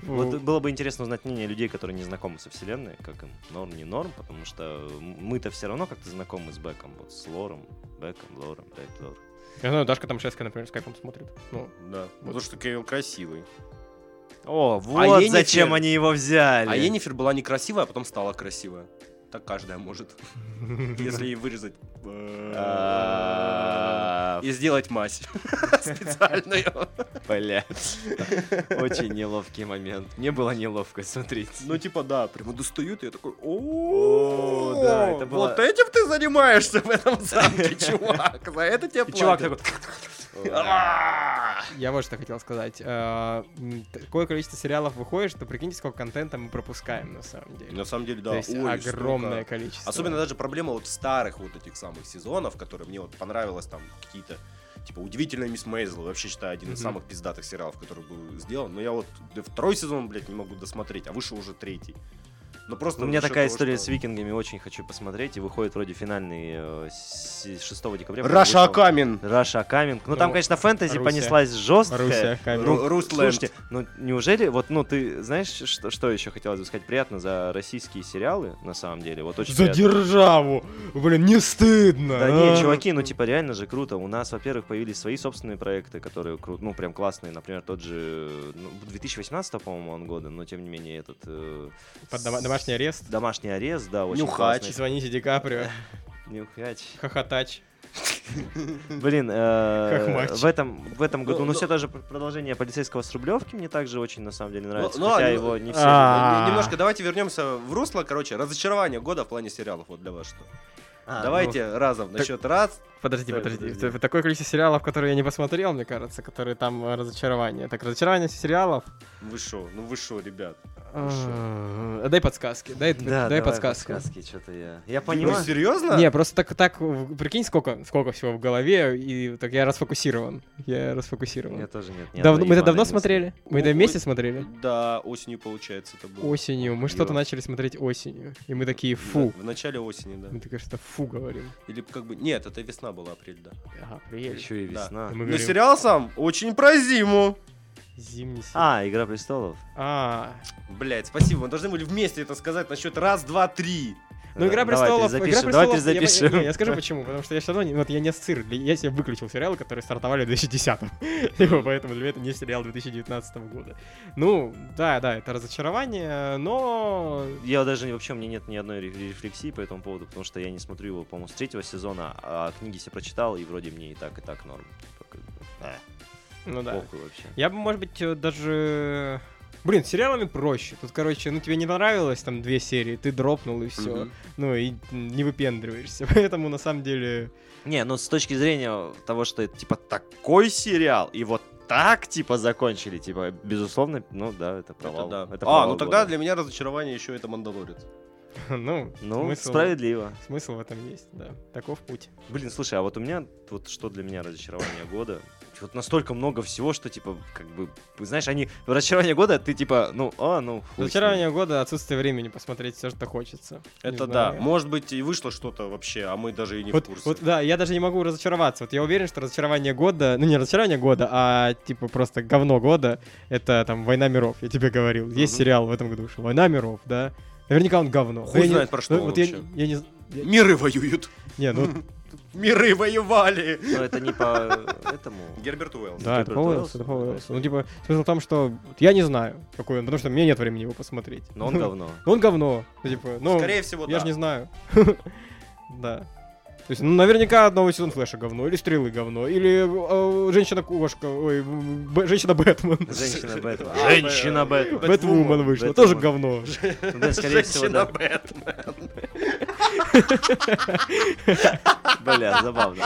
Speaker 1: Ну,
Speaker 3: Вот было бы интересно узнать мнение людей, которые не знакомы со вселенной, как им норм, не норм, потому что мы-то все равно как-то знакомы с Беком, вот с Лором, Беком, Лором, Бек, Лор.
Speaker 1: Я знаю, Дашка Тамшевская, например, с кайфом смотрит. Ну,
Speaker 2: Да. Потому что Кевилл красивый.
Speaker 3: О,
Speaker 2: А
Speaker 3: вот
Speaker 2: Енифер-
Speaker 3: зачем они его взяли.
Speaker 2: А Енифер была некрасивая, а потом стала красивая. Так каждая может. Если ей вырезать.
Speaker 3: А,
Speaker 2: И сделать мазь. Специальную.
Speaker 3: Блядь. Очень неловкий момент. Мне было неловко смотреть.
Speaker 2: Ну, типа, да, прямо достают, и я такой,
Speaker 3: О, да, это
Speaker 2: о,
Speaker 3: было-
Speaker 2: вот этим ты занимаешься в этом замке, чувак, за это тебе
Speaker 3: И чувак
Speaker 2: платят.
Speaker 3: такой...
Speaker 2: А,
Speaker 1: я вот что хотел сказать. Э, м, Такое количество сериалов выходит, что прикиньте, сколько контента мы пропускаем на самом деле.
Speaker 2: На самом деле, да, ну
Speaker 1: То есть
Speaker 2: ой,
Speaker 1: огромное
Speaker 2: столько.
Speaker 1: количество.
Speaker 2: Особенно даже проблема вот старых вот этих самых сезонов, которые мне вот понравилось там какие-то Типа, «Удивительная мисс Мейзел», вообще считаю, один из
Speaker 1: Мгм.
Speaker 2: самых пиздатых сериалов, который был сделан. Но я вот да, второй сезон, блядь, не могу досмотреть, а вышел уже третий. Ну просто...
Speaker 3: У меня
Speaker 2: за счет
Speaker 3: такая
Speaker 2: того,
Speaker 3: история
Speaker 2: что-
Speaker 3: с викингами, очень хочу посмотреть. И выходит вроде финальный э, с- 6 декабря.
Speaker 2: Раша Акамин!
Speaker 3: Раша Акаминг. Ну, там,
Speaker 1: Ну,
Speaker 3: конечно, фэнтези
Speaker 1: Руся.
Speaker 3: понеслась жестко.
Speaker 1: Руся, Камил.
Speaker 2: Ру- Русленд.
Speaker 3: Слушайте, ну неужели, вот, ну ты знаешь, что, что еще хотелось бы сказать? Приятно за российские сериалы, на самом деле, вот очень
Speaker 1: За
Speaker 3: приятно.
Speaker 1: державу! Блин, не стыдно!
Speaker 3: Да не,
Speaker 1: а?
Speaker 3: чуваки, ну типа реально же круто. У нас, во-первых, появились свои собственные проекты, которые кру- ну прям классные. Например, тот же ну, 2018, по-моему, он года, но тем не менее этот э,
Speaker 1: Под дома- домашний арест?
Speaker 3: домашний арест, да, очень
Speaker 2: Нюхач.
Speaker 3: классный.
Speaker 1: Звоните Ди Каприо.
Speaker 3: Нюхач.
Speaker 1: Хохотач.
Speaker 3: Блин, э,
Speaker 1: Хохмач.
Speaker 3: в этом в этом году,
Speaker 2: Ну,
Speaker 3: ну
Speaker 2: ну-
Speaker 3: все даже пр- продолжение полицейского с Рублевки мне также очень на самом деле нравится,
Speaker 2: ну,
Speaker 3: хотя
Speaker 2: а, ну,
Speaker 3: его не все.
Speaker 1: а,
Speaker 2: Э, Немножко давайте вернемся в русло, короче, разочарование года в плане сериалов, вот для вас что.
Speaker 3: А,
Speaker 2: давайте разом, на счет раз.
Speaker 1: Подожди,
Speaker 3: Стой,
Speaker 1: подожди.
Speaker 3: подожди.
Speaker 1: Т- Такое количество сериалов, которые я не посмотрел, мне кажется, которые там э, разочарование. Так, разочарование сериалов.
Speaker 2: Вы шо, ну вы шо, ребят.
Speaker 1: Э, Дай подсказки, дай,
Speaker 3: ну, да,
Speaker 1: дай
Speaker 3: давай
Speaker 1: подсказку.
Speaker 3: подсказки, что-то я. Я
Speaker 2: Ну
Speaker 3: понимаю.
Speaker 2: серьезно?
Speaker 1: Не, просто так, так, в- прикинь, сколько, сколько всего в голове, и так я расфокусирован. Я расфокусирован.
Speaker 3: Я тоже нет. ни
Speaker 1: Давно-
Speaker 3: одной
Speaker 1: мы это
Speaker 3: ебаной
Speaker 1: давно
Speaker 3: мысли.
Speaker 1: смотрели? Мы это
Speaker 2: Ну,
Speaker 1: вместе
Speaker 2: ой.
Speaker 1: смотрели?
Speaker 2: Да, осенью получается это было.
Speaker 1: Осенью. Мы что-то
Speaker 3: Ё.
Speaker 1: начали смотреть осенью. И мы такие,
Speaker 2: Да,
Speaker 1: фу.
Speaker 2: в начале осени, да.
Speaker 1: Мы такие, что фу говорим.
Speaker 2: Или как бы... Нет, это весна была, апрель, да.
Speaker 1: Ага, приедем.
Speaker 3: Еще и
Speaker 2: Да.
Speaker 3: весна.
Speaker 1: Мы
Speaker 2: Но
Speaker 1: говорим,
Speaker 2: сериал сам очень про зиму.
Speaker 1: зимний сериал.
Speaker 3: А, Игра престолов.
Speaker 1: А,
Speaker 2: Блять, спасибо, мы должны были вместе это сказать на счет раз, два, три.
Speaker 1: Ну, Игра
Speaker 3: Давай, ты
Speaker 1: престолов.
Speaker 3: запишем,
Speaker 1: Игра
Speaker 3: давай ты
Speaker 1: престолов, я по-
Speaker 3: запишем.
Speaker 1: не, Я скажу почему. Потому что я все равно не- вот я не ассоциирую. для- Я себе выключил сериалы, которые стартовали в 2010-м. Типа, Поэтому для меня это не сериал 2019 года. Ну, да, да, это разочарование, но.
Speaker 3: Я даже не- вообще, у меня нет ни одной ре- рефлексии по этому поводу, потому что я не смотрю его, по-моему, с третьего сезона, а книги все прочитал, и вроде мне и так, и так норм. Типа, как бы, э,
Speaker 1: Ну да.
Speaker 3: похуй вообще.
Speaker 1: Я бы, может быть, э, даже. Блин, с сериалами проще. Тут, короче, ну тебе не понравилось там две серии, ты дропнул и все.
Speaker 2: Мгм.
Speaker 1: Ну и не выпендриваешься. Поэтому на самом деле.
Speaker 3: Не, ну с точки зрения того, что это типа такой сериал, и вот так типа закончили, типа, безусловно, ну да,
Speaker 2: Это
Speaker 3: это провал.
Speaker 2: да.
Speaker 3: Это
Speaker 2: а,
Speaker 3: провал
Speaker 2: ну тогда
Speaker 3: года.
Speaker 2: для меня разочарование еще это Мандалорец.
Speaker 1: Ну,
Speaker 3: Ну,
Speaker 1: смысл,
Speaker 3: справедливо.
Speaker 1: смысл в этом есть, да. Таков путь.
Speaker 3: Блин, слушай, а вот у меня, вот что для меня разочарование года? Вот настолько много всего, что, типа, как бы, знаешь, они... Разочарование года, ты, типа, ну, а, ну, хуй с ним.
Speaker 1: Разочарование года, отсутствие времени посмотреть все, что хочется. Не
Speaker 2: Это да.
Speaker 1: знаю.
Speaker 2: Может быть, и вышло что-то вообще, а мы даже и не
Speaker 1: Вот,
Speaker 2: в курсе.
Speaker 1: вот, да, я даже не могу разочароваться. Вот я уверен, что разочарование года, ну не разочарование года, а типа просто говно года, это там «Война миров», я тебе говорил. Есть
Speaker 2: Мгм.
Speaker 1: сериал в этом году, что «Война миров», да? Наверняка он говно.
Speaker 2: Хуй
Speaker 1: Ну, я не-
Speaker 2: знает, про что
Speaker 1: ну,
Speaker 2: он
Speaker 1: вот я,
Speaker 2: вообще.
Speaker 1: я не... з- я-
Speaker 2: Миры воюют.
Speaker 1: не, ну
Speaker 2: Миры воевали.
Speaker 3: Но это не по этому.
Speaker 2: Герберт Уэллс.
Speaker 1: да, это
Speaker 3: Герберт
Speaker 1: Пол
Speaker 3: Уэллс,
Speaker 1: Уэллс, это
Speaker 3: да,
Speaker 1: Пол
Speaker 3: да,
Speaker 1: Уэллс. Ну типа, смысл в том, что я не знаю, какой он, потому что у меня нет времени его посмотреть.
Speaker 3: Но он говно.
Speaker 1: Он говно. Ну, Типа, ну,
Speaker 2: Скорее всего,
Speaker 1: Я
Speaker 2: да.
Speaker 1: же не знаю. Да. То есть, ну, наверняка новый сезон Флэша говно, или Стрелы говно, или э, Женщина-кошка, ой, Б- Женщина-Бэтмен.
Speaker 3: Женщина Бэтмен.
Speaker 2: А,
Speaker 3: Женщина Бэтмен.
Speaker 1: Бэтвумен вышла, тоже говно.
Speaker 3: Ну да, скорее всего,
Speaker 2: Женщина
Speaker 3: да.
Speaker 2: Бэтмен.
Speaker 3: Бля, забавно.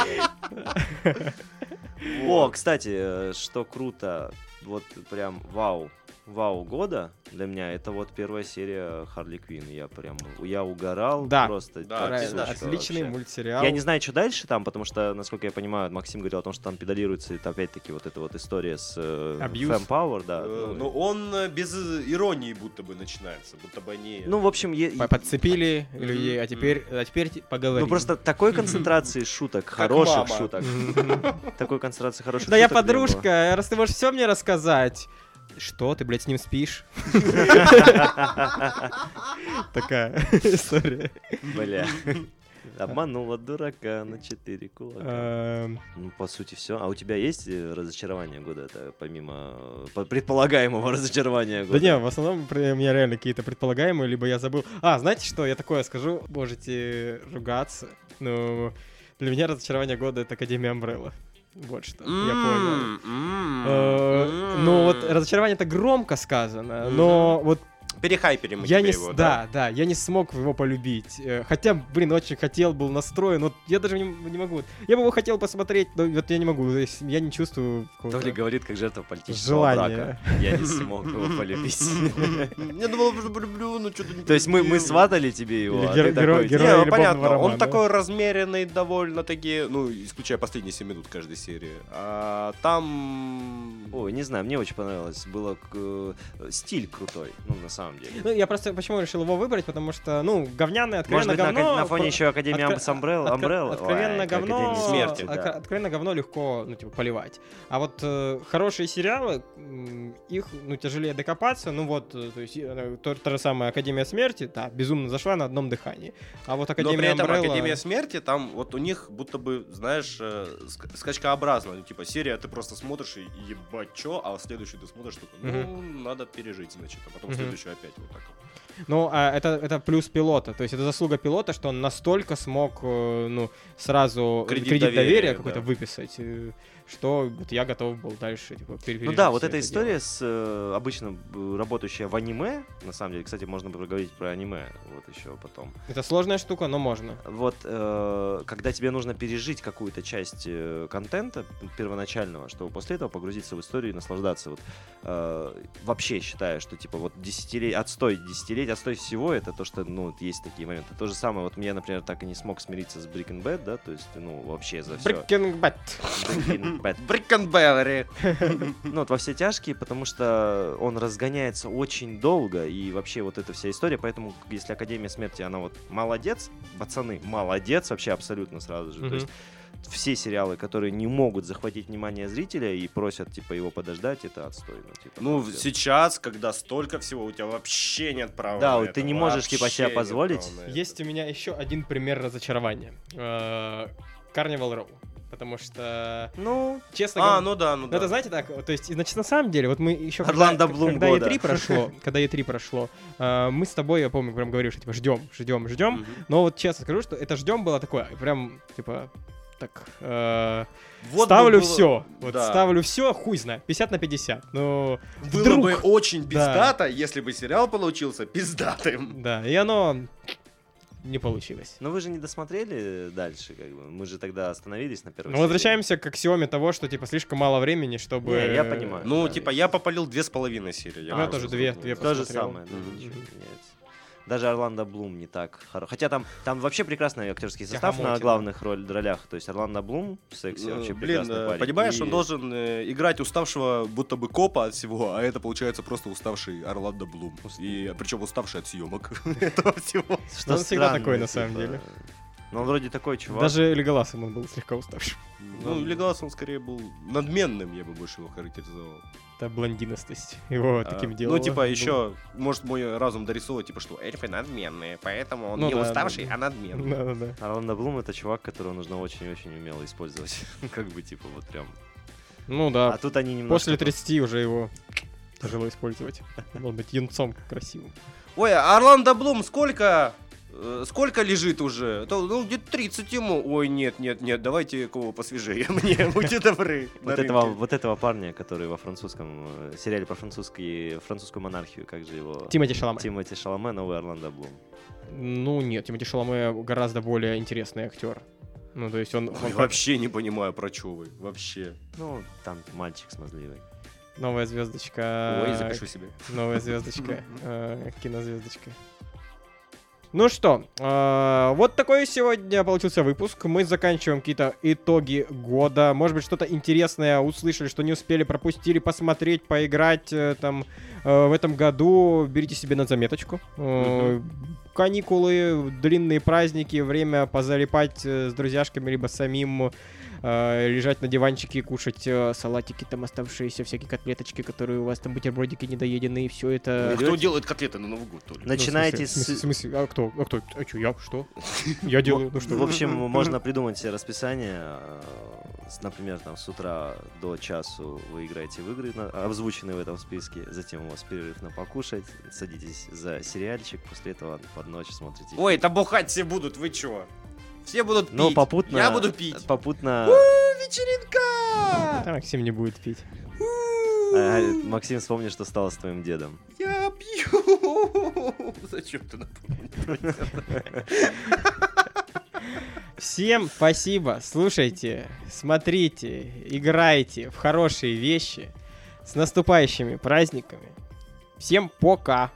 Speaker 3: О, кстати, э, что круто, вот прям вау, вау года для меня, это вот первая серия Харли Квин. Я прям, я угорал
Speaker 1: Да.
Speaker 3: просто.
Speaker 2: Да,
Speaker 3: как
Speaker 1: Правильно,
Speaker 2: пиздушка
Speaker 3: сучка
Speaker 1: Отличный
Speaker 3: вообще.
Speaker 1: мультсериал.
Speaker 3: Я не знаю, что дальше там, потому что, насколько я понимаю, Максим говорил о том, что там педалируется это опять-таки вот эта вот история с э,
Speaker 1: Абьюз.
Speaker 3: Femme Power, да.
Speaker 2: Э,
Speaker 3: ну,
Speaker 2: Но он э, без э, иронии будто бы начинается, будто бы они...
Speaker 3: ну, в общем, е-
Speaker 1: П- Подцепили
Speaker 2: Мгм.
Speaker 1: людей, а теперь, а теперь ти- поговорим.
Speaker 3: ну просто такой концентрации шуток, хороших
Speaker 2: мама.
Speaker 3: шуток,
Speaker 1: Мгм.
Speaker 3: такой концентрации хороших
Speaker 1: Ну Да я
Speaker 3: шуток не было.
Speaker 1: подружка, раз ты можешь все мне рассказать. Что, ты, блядь, с ним спишь? Такая история.
Speaker 3: Бля. Обманула дурака на 4 кулака.
Speaker 1: Эм,
Speaker 3: Ну, по сути, все. А у тебя есть э, разочарование года, это помимо э, по- предполагаемого разочарования
Speaker 1: Да
Speaker 3: года?
Speaker 1: не, в основном при- у меня реально какие-то предполагаемые, либо я забыл. А, знаете что, я такое скажу, можете ругаться, но для меня разочарование года — это Академия Амбрелла. Вот что, я
Speaker 3: М-м.
Speaker 1: понял. ну Э, Ну вот разочарование это громко сказано, но вот
Speaker 2: Перехайперим мы
Speaker 1: Я
Speaker 2: тебе
Speaker 1: не, с-
Speaker 2: его,
Speaker 1: да, да, я не смог его полюбить. Э, Хотя, блин, очень хотел, был настроен, но я даже не, не могу. Я бы его хотел посмотреть, но вот я не могу. то есть Я не чувствую какого-то-
Speaker 3: Толя говорит, как жертва политического
Speaker 1: Желание.
Speaker 3: брака. Я не смог его полюбить.
Speaker 2: Я думал, что люблю, но что-то не
Speaker 3: То есть мы, мы
Speaker 2: полюбил.
Speaker 3: сватали тебе его,
Speaker 1: Или
Speaker 3: а
Speaker 1: гер-
Speaker 3: ты такой,
Speaker 1: герой-
Speaker 2: Не,
Speaker 1: герой.
Speaker 2: ну,
Speaker 1: любовного
Speaker 2: понятно, он
Speaker 1: романа.
Speaker 2: такой размеренный довольно-таки, ну, исключая последние 7 минут каждой серии. А там...
Speaker 3: Ой, а не знаю, мне очень понравилось. Было э, стиль крутой, ну, на самом деле.
Speaker 1: Ну, я просто почему решил его выбрать, потому что, ну, говняное,
Speaker 3: Может
Speaker 1: откровенно
Speaker 3: быть, на,
Speaker 1: говно.
Speaker 3: на фоне
Speaker 1: про-
Speaker 3: еще Академия
Speaker 1: откро-
Speaker 3: Амбрелла.
Speaker 1: откро- откровенно говно,
Speaker 3: Смерти,
Speaker 1: ок-
Speaker 3: да.
Speaker 1: откровенно говно легко, ну типа поливать. А вот э, хорошие сериалы, м, их ну тяжелее докопаться. Ну вот, э, то есть э, то, та же самая Академия Смерти, да, безумно зашла на одном дыхании. А вот
Speaker 2: Но
Speaker 1: Академия
Speaker 2: при этом
Speaker 1: Umbrella-
Speaker 2: Академия Смерти, там вот у них будто бы, знаешь, э, ск- скачкообразно. Ну, типа, серия, ты просто смотришь и ебать чё, а следующую ты смотришь, только, ну, надо пережить, значит, а потом
Speaker 1: Мгм.
Speaker 2: следующую опять вот так вот.
Speaker 1: Ну, а это это плюс пилота, то есть это заслуга пилота, что он настолько смог, э, ну сразу
Speaker 2: Кредит
Speaker 1: кредит,
Speaker 2: доверия,
Speaker 1: доверия,
Speaker 2: да.
Speaker 1: какой-то выписать, э, что вот я готов был дальше типа
Speaker 3: Ну
Speaker 1: пережить
Speaker 3: да, вот
Speaker 1: всё
Speaker 3: эта
Speaker 1: это
Speaker 3: история
Speaker 1: дело.
Speaker 3: с э, обычно б- работающая в аниме, на самом деле, кстати, можно поговорить про аниме вот еще потом.
Speaker 1: Это сложная штука, но можно.
Speaker 3: Вот э, когда тебе нужно пережить какую-то часть э, контента первоначального, чтобы после этого погрузиться в историю и наслаждаться. Вот э, вообще считаю, что типа вот десятилетие, отстой десятилетий, отстой всего, это то, что ну вот есть такие моменты. То же самое, вот меня, например, так и не смог смириться с Breaking Bad, да, то есть ну вообще за все.
Speaker 1: Breaking Bad.
Speaker 3: Breaking Bad.
Speaker 2: Брикенберри!
Speaker 3: Ну, вот во все тяжкие, потому что он разгоняется очень долго, и вообще вот эта вся история, поэтому если Академия Смерти, она вот молодец, пацаны, молодец вообще абсолютно сразу же, то
Speaker 1: Мгм.
Speaker 3: есть все сериалы, которые не могут захватить внимание зрителя и просят, типа, его подождать, это отстой. Ну, типа,
Speaker 2: Ну,
Speaker 3: молодец.
Speaker 2: сейчас, когда столько всего, у тебя вообще нет права
Speaker 3: Да,
Speaker 2: на
Speaker 3: вот ты
Speaker 2: это,
Speaker 3: не можешь, типа,
Speaker 2: вообще
Speaker 3: себе
Speaker 2: нет
Speaker 3: позволить.
Speaker 2: права на это. А,
Speaker 1: Есть у меня еще один пример разочарования. Э, Carnival Row. Потому что,
Speaker 3: Ну,
Speaker 1: честно
Speaker 2: А,
Speaker 1: говоря...
Speaker 2: ну да, ну
Speaker 1: Ну, это
Speaker 2: да.
Speaker 1: знаете так, то есть, значит, на самом деле, вот мы еще... когда,
Speaker 3: Орландо Блум
Speaker 1: когда
Speaker 3: года.
Speaker 1: E3 прошло, когда E3 прошло, э, мы с тобой, я помню, прям говорили, что, типа, ждем, ждем, ждем.
Speaker 2: Мгм.
Speaker 1: Но вот честно скажу, что это ждем было такое, прям, типа, так... э,
Speaker 2: Вот бы
Speaker 1: ставлю
Speaker 2: было-
Speaker 1: все. Вот
Speaker 2: Да.
Speaker 1: ставлю все, хуй знает. 50 на 50. Ну,
Speaker 2: Было
Speaker 1: Вдруг.
Speaker 2: бы очень
Speaker 1: Да.
Speaker 2: пиздато, если бы сериал получился пиздатым.
Speaker 1: да, и оно не получилось.
Speaker 3: но вы же не досмотрели дальше, как бы. Мы же тогда остановились на первой
Speaker 1: Ну,
Speaker 3: серии.
Speaker 1: возвращаемся к аксиоме того, что, типа, слишком мало времени, чтобы...
Speaker 3: Не, я понимаю.
Speaker 2: Ну,
Speaker 3: Да,
Speaker 2: типа,
Speaker 3: есть.
Speaker 2: я попалил две с половиной серии.
Speaker 1: У
Speaker 2: я
Speaker 1: меня
Speaker 2: вам
Speaker 1: тоже
Speaker 2: скажу.
Speaker 1: две- две
Speaker 3: То же
Speaker 1: посмотрел.
Speaker 3: самое, да,
Speaker 2: Мгм.
Speaker 3: ничего не меняется. Даже Орландо Блум не так хорош. Хотя там, там вообще прекрасный актерский состав на
Speaker 1: Тягомотина.
Speaker 3: главных роль, ролях. То есть Орландо Блум секси
Speaker 1: Ну,
Speaker 2: Э,
Speaker 3: вообще
Speaker 2: Блин,
Speaker 3: прекрасный
Speaker 2: э,
Speaker 3: парень.
Speaker 2: понимаешь,
Speaker 3: И-
Speaker 2: он должен э, играть уставшего будто бы копа от всего, а это получается просто уставший Орландо Блум. И причем уставший от съемок этого всего.
Speaker 3: Что
Speaker 1: он всегда
Speaker 3: странно, типа,
Speaker 1: такой, на самом деле.
Speaker 3: Ну, он вроде такой чувак.
Speaker 1: Даже Леголасом он был слегка уставшим.
Speaker 2: Ну, Леголас он скорее был надменным, я бы больше его характеризовал.
Speaker 1: Это блондинистость его
Speaker 2: А,
Speaker 1: таким делала.
Speaker 2: Ну, типа, еще, может, мой разум дорисовывает, типа, что эльфы надменные, поэтому он
Speaker 1: Ну
Speaker 2: не
Speaker 1: да, да,
Speaker 2: уставший,
Speaker 1: да.
Speaker 2: а надменный.
Speaker 1: Да-да-да.
Speaker 3: Орландо Блум это чувак, которого нужно очень-очень умело использовать. как бы типа вот прям.
Speaker 1: Ну
Speaker 3: А,
Speaker 1: да,
Speaker 3: тут они немножко...
Speaker 1: после 30 уже его тяжело использовать. Может быть, юнцом красивым.
Speaker 2: Ой, а Орландо Блум сколько? э, Сколько лежит уже? То, Ну, где-то 30 ему. Ой, нет, нет, нет, давайте кого посвежее мне, будьте добры. на
Speaker 3: Вот
Speaker 2: рынке.
Speaker 3: этого, вот этого парня, который во французском э, сериале про французский, французскую монархию, как же его...
Speaker 1: Тимати Шаламе.
Speaker 3: Тимати Шаломе, новый Орландо Блум.
Speaker 1: Ну нет, Тимати Шаламе гораздо более интересный актер. Ну, то есть он...
Speaker 2: Ой,
Speaker 1: он как
Speaker 2: вообще не понимаю, про чё вы. Вообще.
Speaker 3: Ну, там мальчик смазливый.
Speaker 1: Новая звездочка.
Speaker 2: Ой, запишу себе.
Speaker 1: Новая звездочка, э, кинозвездочка. Ну что, э, вот такой сегодня получился выпуск. Мы заканчиваем какие-то итоги года. Может быть, что-то интересное услышали, что не успели, пропустили, посмотреть, поиграть э, там э, в этом году. Берите себе на заметочку. Э, Каникулы, длинные праздники, время позалипать э, с друзьяшками, либо самим э, лежать на диванчике и кушать э, салатики, там оставшиеся всякие котлеточки, которые у вас там бутербродики недоеденные, все это...
Speaker 2: Кто делает котлеты на Новый год, то ли?
Speaker 1: Ну, в
Speaker 3: Ну,
Speaker 1: смысле,
Speaker 3: Начинайте
Speaker 1: В
Speaker 3: с...
Speaker 1: смысле, в смысле, а кто? А кто? А что, я? Что? Я делаю, ну
Speaker 3: В
Speaker 1: что?
Speaker 3: общем, можно придумать себе расписание. э, с- Например, там с утра до часу вы играете в игры, на- озвученные в этом списке. Затем у вас перерыв на покушать. Садитесь за сериальчик. После этого под ночь смотрите.
Speaker 2: Ой, там бухать все будут, вы чё? Все будут пить.
Speaker 1: Ну,
Speaker 3: Но попутно...
Speaker 2: Я буду пить.
Speaker 3: А. Попутно...
Speaker 2: У, вечеринка!
Speaker 1: Там Максим не будет пить.
Speaker 2: У,
Speaker 3: А, Максим, вспомни, что стало с твоим дедом.
Speaker 2: Я пью. Зачем ты напомнил?
Speaker 1: Всем спасибо. Слушайте, смотрите, играйте в хорошие вещи. С наступающими праздниками. Всем пока.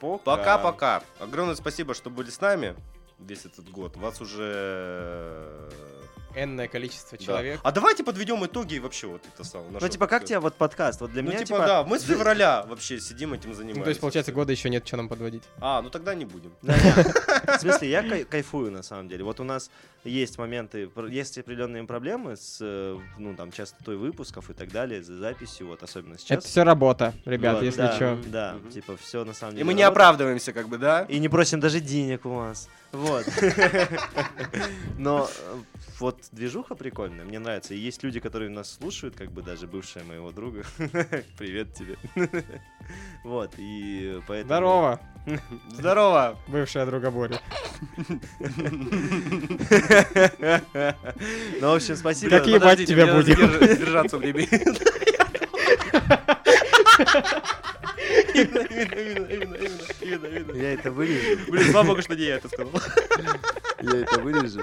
Speaker 2: Пока-пока. Огромное спасибо, что были с нами весь этот год. Вас уже... э,
Speaker 1: Энное количество
Speaker 2: да.
Speaker 1: человек.
Speaker 2: А давайте подведем итоги и вообще вот это самое.
Speaker 3: Ну,
Speaker 2: нашего
Speaker 3: типа, как
Speaker 2: подкаста.
Speaker 3: тебе вот подкаст? Вот для
Speaker 2: Ну,
Speaker 3: меня,
Speaker 2: типа, да, мы с февраля вообще сидим этим занимаемся.
Speaker 1: Ну, то есть, получается, года еще нет, что нам подводить.
Speaker 2: А, ну тогда не будем.
Speaker 3: Да, не, В смысле, я кай- кайфую на самом деле. Вот у нас есть моменты, пр- есть определенные проблемы с э, ну там частотой выпусков и так далее, за записью, вот особенно
Speaker 1: Это
Speaker 3: сейчас.
Speaker 1: все работа, ребят,
Speaker 3: Вот,
Speaker 1: если
Speaker 3: да,
Speaker 1: что.
Speaker 3: Да,
Speaker 2: Мгм.
Speaker 3: типа все на самом деле.
Speaker 2: И мы не
Speaker 3: работает.
Speaker 2: оправдываемся, как бы, да?
Speaker 3: И не просим даже денег у вас. Вот. Но э, вот движуха прикольная, мне нравится. И есть люди, которые нас слушают, как бы даже бывшая моего друга. Привет тебе. Вот, и поэтому...
Speaker 1: Здорово,
Speaker 2: Здорово!
Speaker 1: бывшая друга Боря.
Speaker 3: Ну, в общем, спасибо.
Speaker 1: Какие
Speaker 3: Подожди,
Speaker 1: Ебать тебя
Speaker 2: мне надо
Speaker 1: будет.
Speaker 2: сдерж- Сдержаться в время. Именно, именно, именно, именно, именно, именно.
Speaker 3: Я это вырежу.
Speaker 2: Блин, слава богу, что не я это сказал.
Speaker 3: Я это вырежу.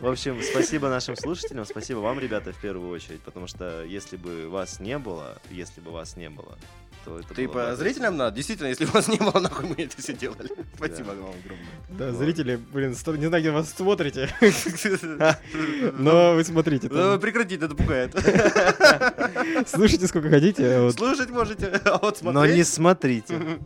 Speaker 3: В общем, спасибо нашим слушателям, спасибо вам, ребята, в первую очередь, потому что если бы вас не было, если бы вас не было, то это было бы
Speaker 2: Типа,
Speaker 3: отлично.
Speaker 2: зрителям надо? Действительно, если вас не было, нахуй мы это все делали. Спасибо вам
Speaker 1: Да,
Speaker 3: Вот.
Speaker 1: зрители, блин, сто- не знаю, где вас смотрите,
Speaker 2: огромное.
Speaker 1: но вы смотрите.
Speaker 2: А, Ну,
Speaker 1: там.
Speaker 2: прекратить, это пугает.
Speaker 1: Слушайте сколько хотите. вот.
Speaker 2: Слушать можете, а вот
Speaker 3: Но не
Speaker 2: смотреть...
Speaker 3: смотрите.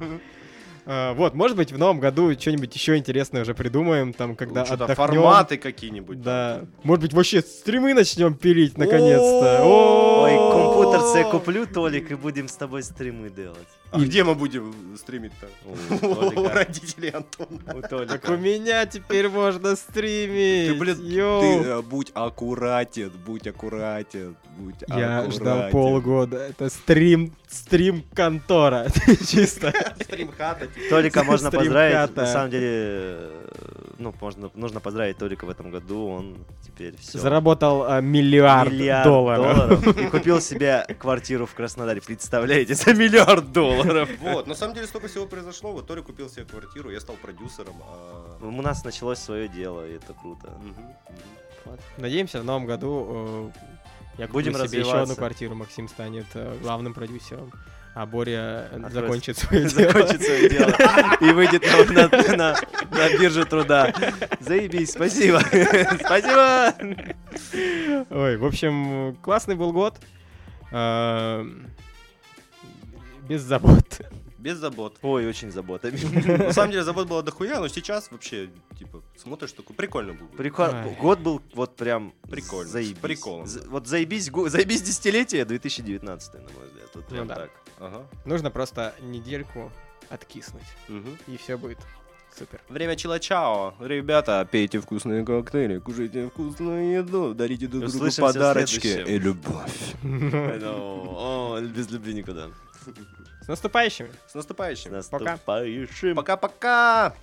Speaker 1: А, Вот, может быть, в новом году что-нибудь еще интересное уже придумаем, там, когда
Speaker 2: Ну, Что-то
Speaker 1: отдохнем.
Speaker 2: форматы какие-нибудь.
Speaker 1: Да. Может быть, вообще стримы начнем пилить наконец-то.
Speaker 2: О-о-о!
Speaker 3: Ой,
Speaker 1: О!
Speaker 3: компьютер себе куплю, Толик, и будем с тобой стримы делать.
Speaker 2: А где мы будем стримить-то?
Speaker 3: У
Speaker 2: У
Speaker 3: Толика.
Speaker 2: родителей Антона.
Speaker 3: У
Speaker 1: Так у
Speaker 3: Толика.
Speaker 1: меня теперь можно стримить.
Speaker 2: Ты, блин,
Speaker 1: Йоу.
Speaker 2: ты э, будь аккуратен, будь аккуратен, будь
Speaker 1: Я
Speaker 2: аккуратен.
Speaker 1: ждал полгода. Это стрим, стрим контора. Чисто.
Speaker 2: Стримхата, типа.
Speaker 3: Толика можно
Speaker 1: Стрим
Speaker 3: поздравить.
Speaker 1: пятая.
Speaker 3: На самом деле, э, ну, можно, нужно поздравить Толика в этом году. Он теперь все.
Speaker 1: Заработал а, миллиард,
Speaker 3: миллиард
Speaker 1: долларов.
Speaker 3: И купил себе квартиру в Краснодаре. Представляете, за миллиард долларов.
Speaker 2: Вот, на самом деле столько всего произошло. Вот Толя купил себе квартиру, я стал продюсером. а-
Speaker 3: У нас началось свое дело, и это круто.
Speaker 2: Мгм, мгм.
Speaker 1: Надеемся, в новом году э, я куплю
Speaker 3: Будем
Speaker 1: себе еще
Speaker 3: развиваться.
Speaker 1: одну квартиру. Максим станет э, главным продюсером, а Боря э,
Speaker 3: Откроется.
Speaker 1: закончит свое дело.
Speaker 3: Закончит свое дело и выйдет на, на- на- на биржу труда. Заебись, спасибо. Спасибо.
Speaker 1: Ой, в общем, классный был год. Эм, Без забот.
Speaker 2: Без забот.
Speaker 3: Ой, очень забота.
Speaker 2: На самом деле забот было дохуя, но сейчас вообще, типа, смотришь такой, прикольно было.
Speaker 3: Прикольно.
Speaker 1: Ай.
Speaker 3: Год был вот прям
Speaker 2: Прикольно, с
Speaker 3: заебись.
Speaker 2: приколом.
Speaker 3: З- Вот заебись, го- заебись десятилетие 2019, на мой взгляд. Вот
Speaker 2: Ну
Speaker 3: прям
Speaker 1: да.
Speaker 3: так.
Speaker 2: Ага.
Speaker 1: Нужно просто недельку откиснуть,
Speaker 2: мгм.
Speaker 1: и все будет супер.
Speaker 2: Время чила-чао. Ребята, пейте вкусные коктейли, кушайте вкусную еду, дарите друг другу
Speaker 3: Услышимся в
Speaker 2: подарочки
Speaker 3: следующем.
Speaker 2: и любовь.
Speaker 3: Ну, о, Без любви никуда.
Speaker 1: С наступающими!
Speaker 2: С наступающим.
Speaker 3: С наступающим.
Speaker 2: Пока-пока!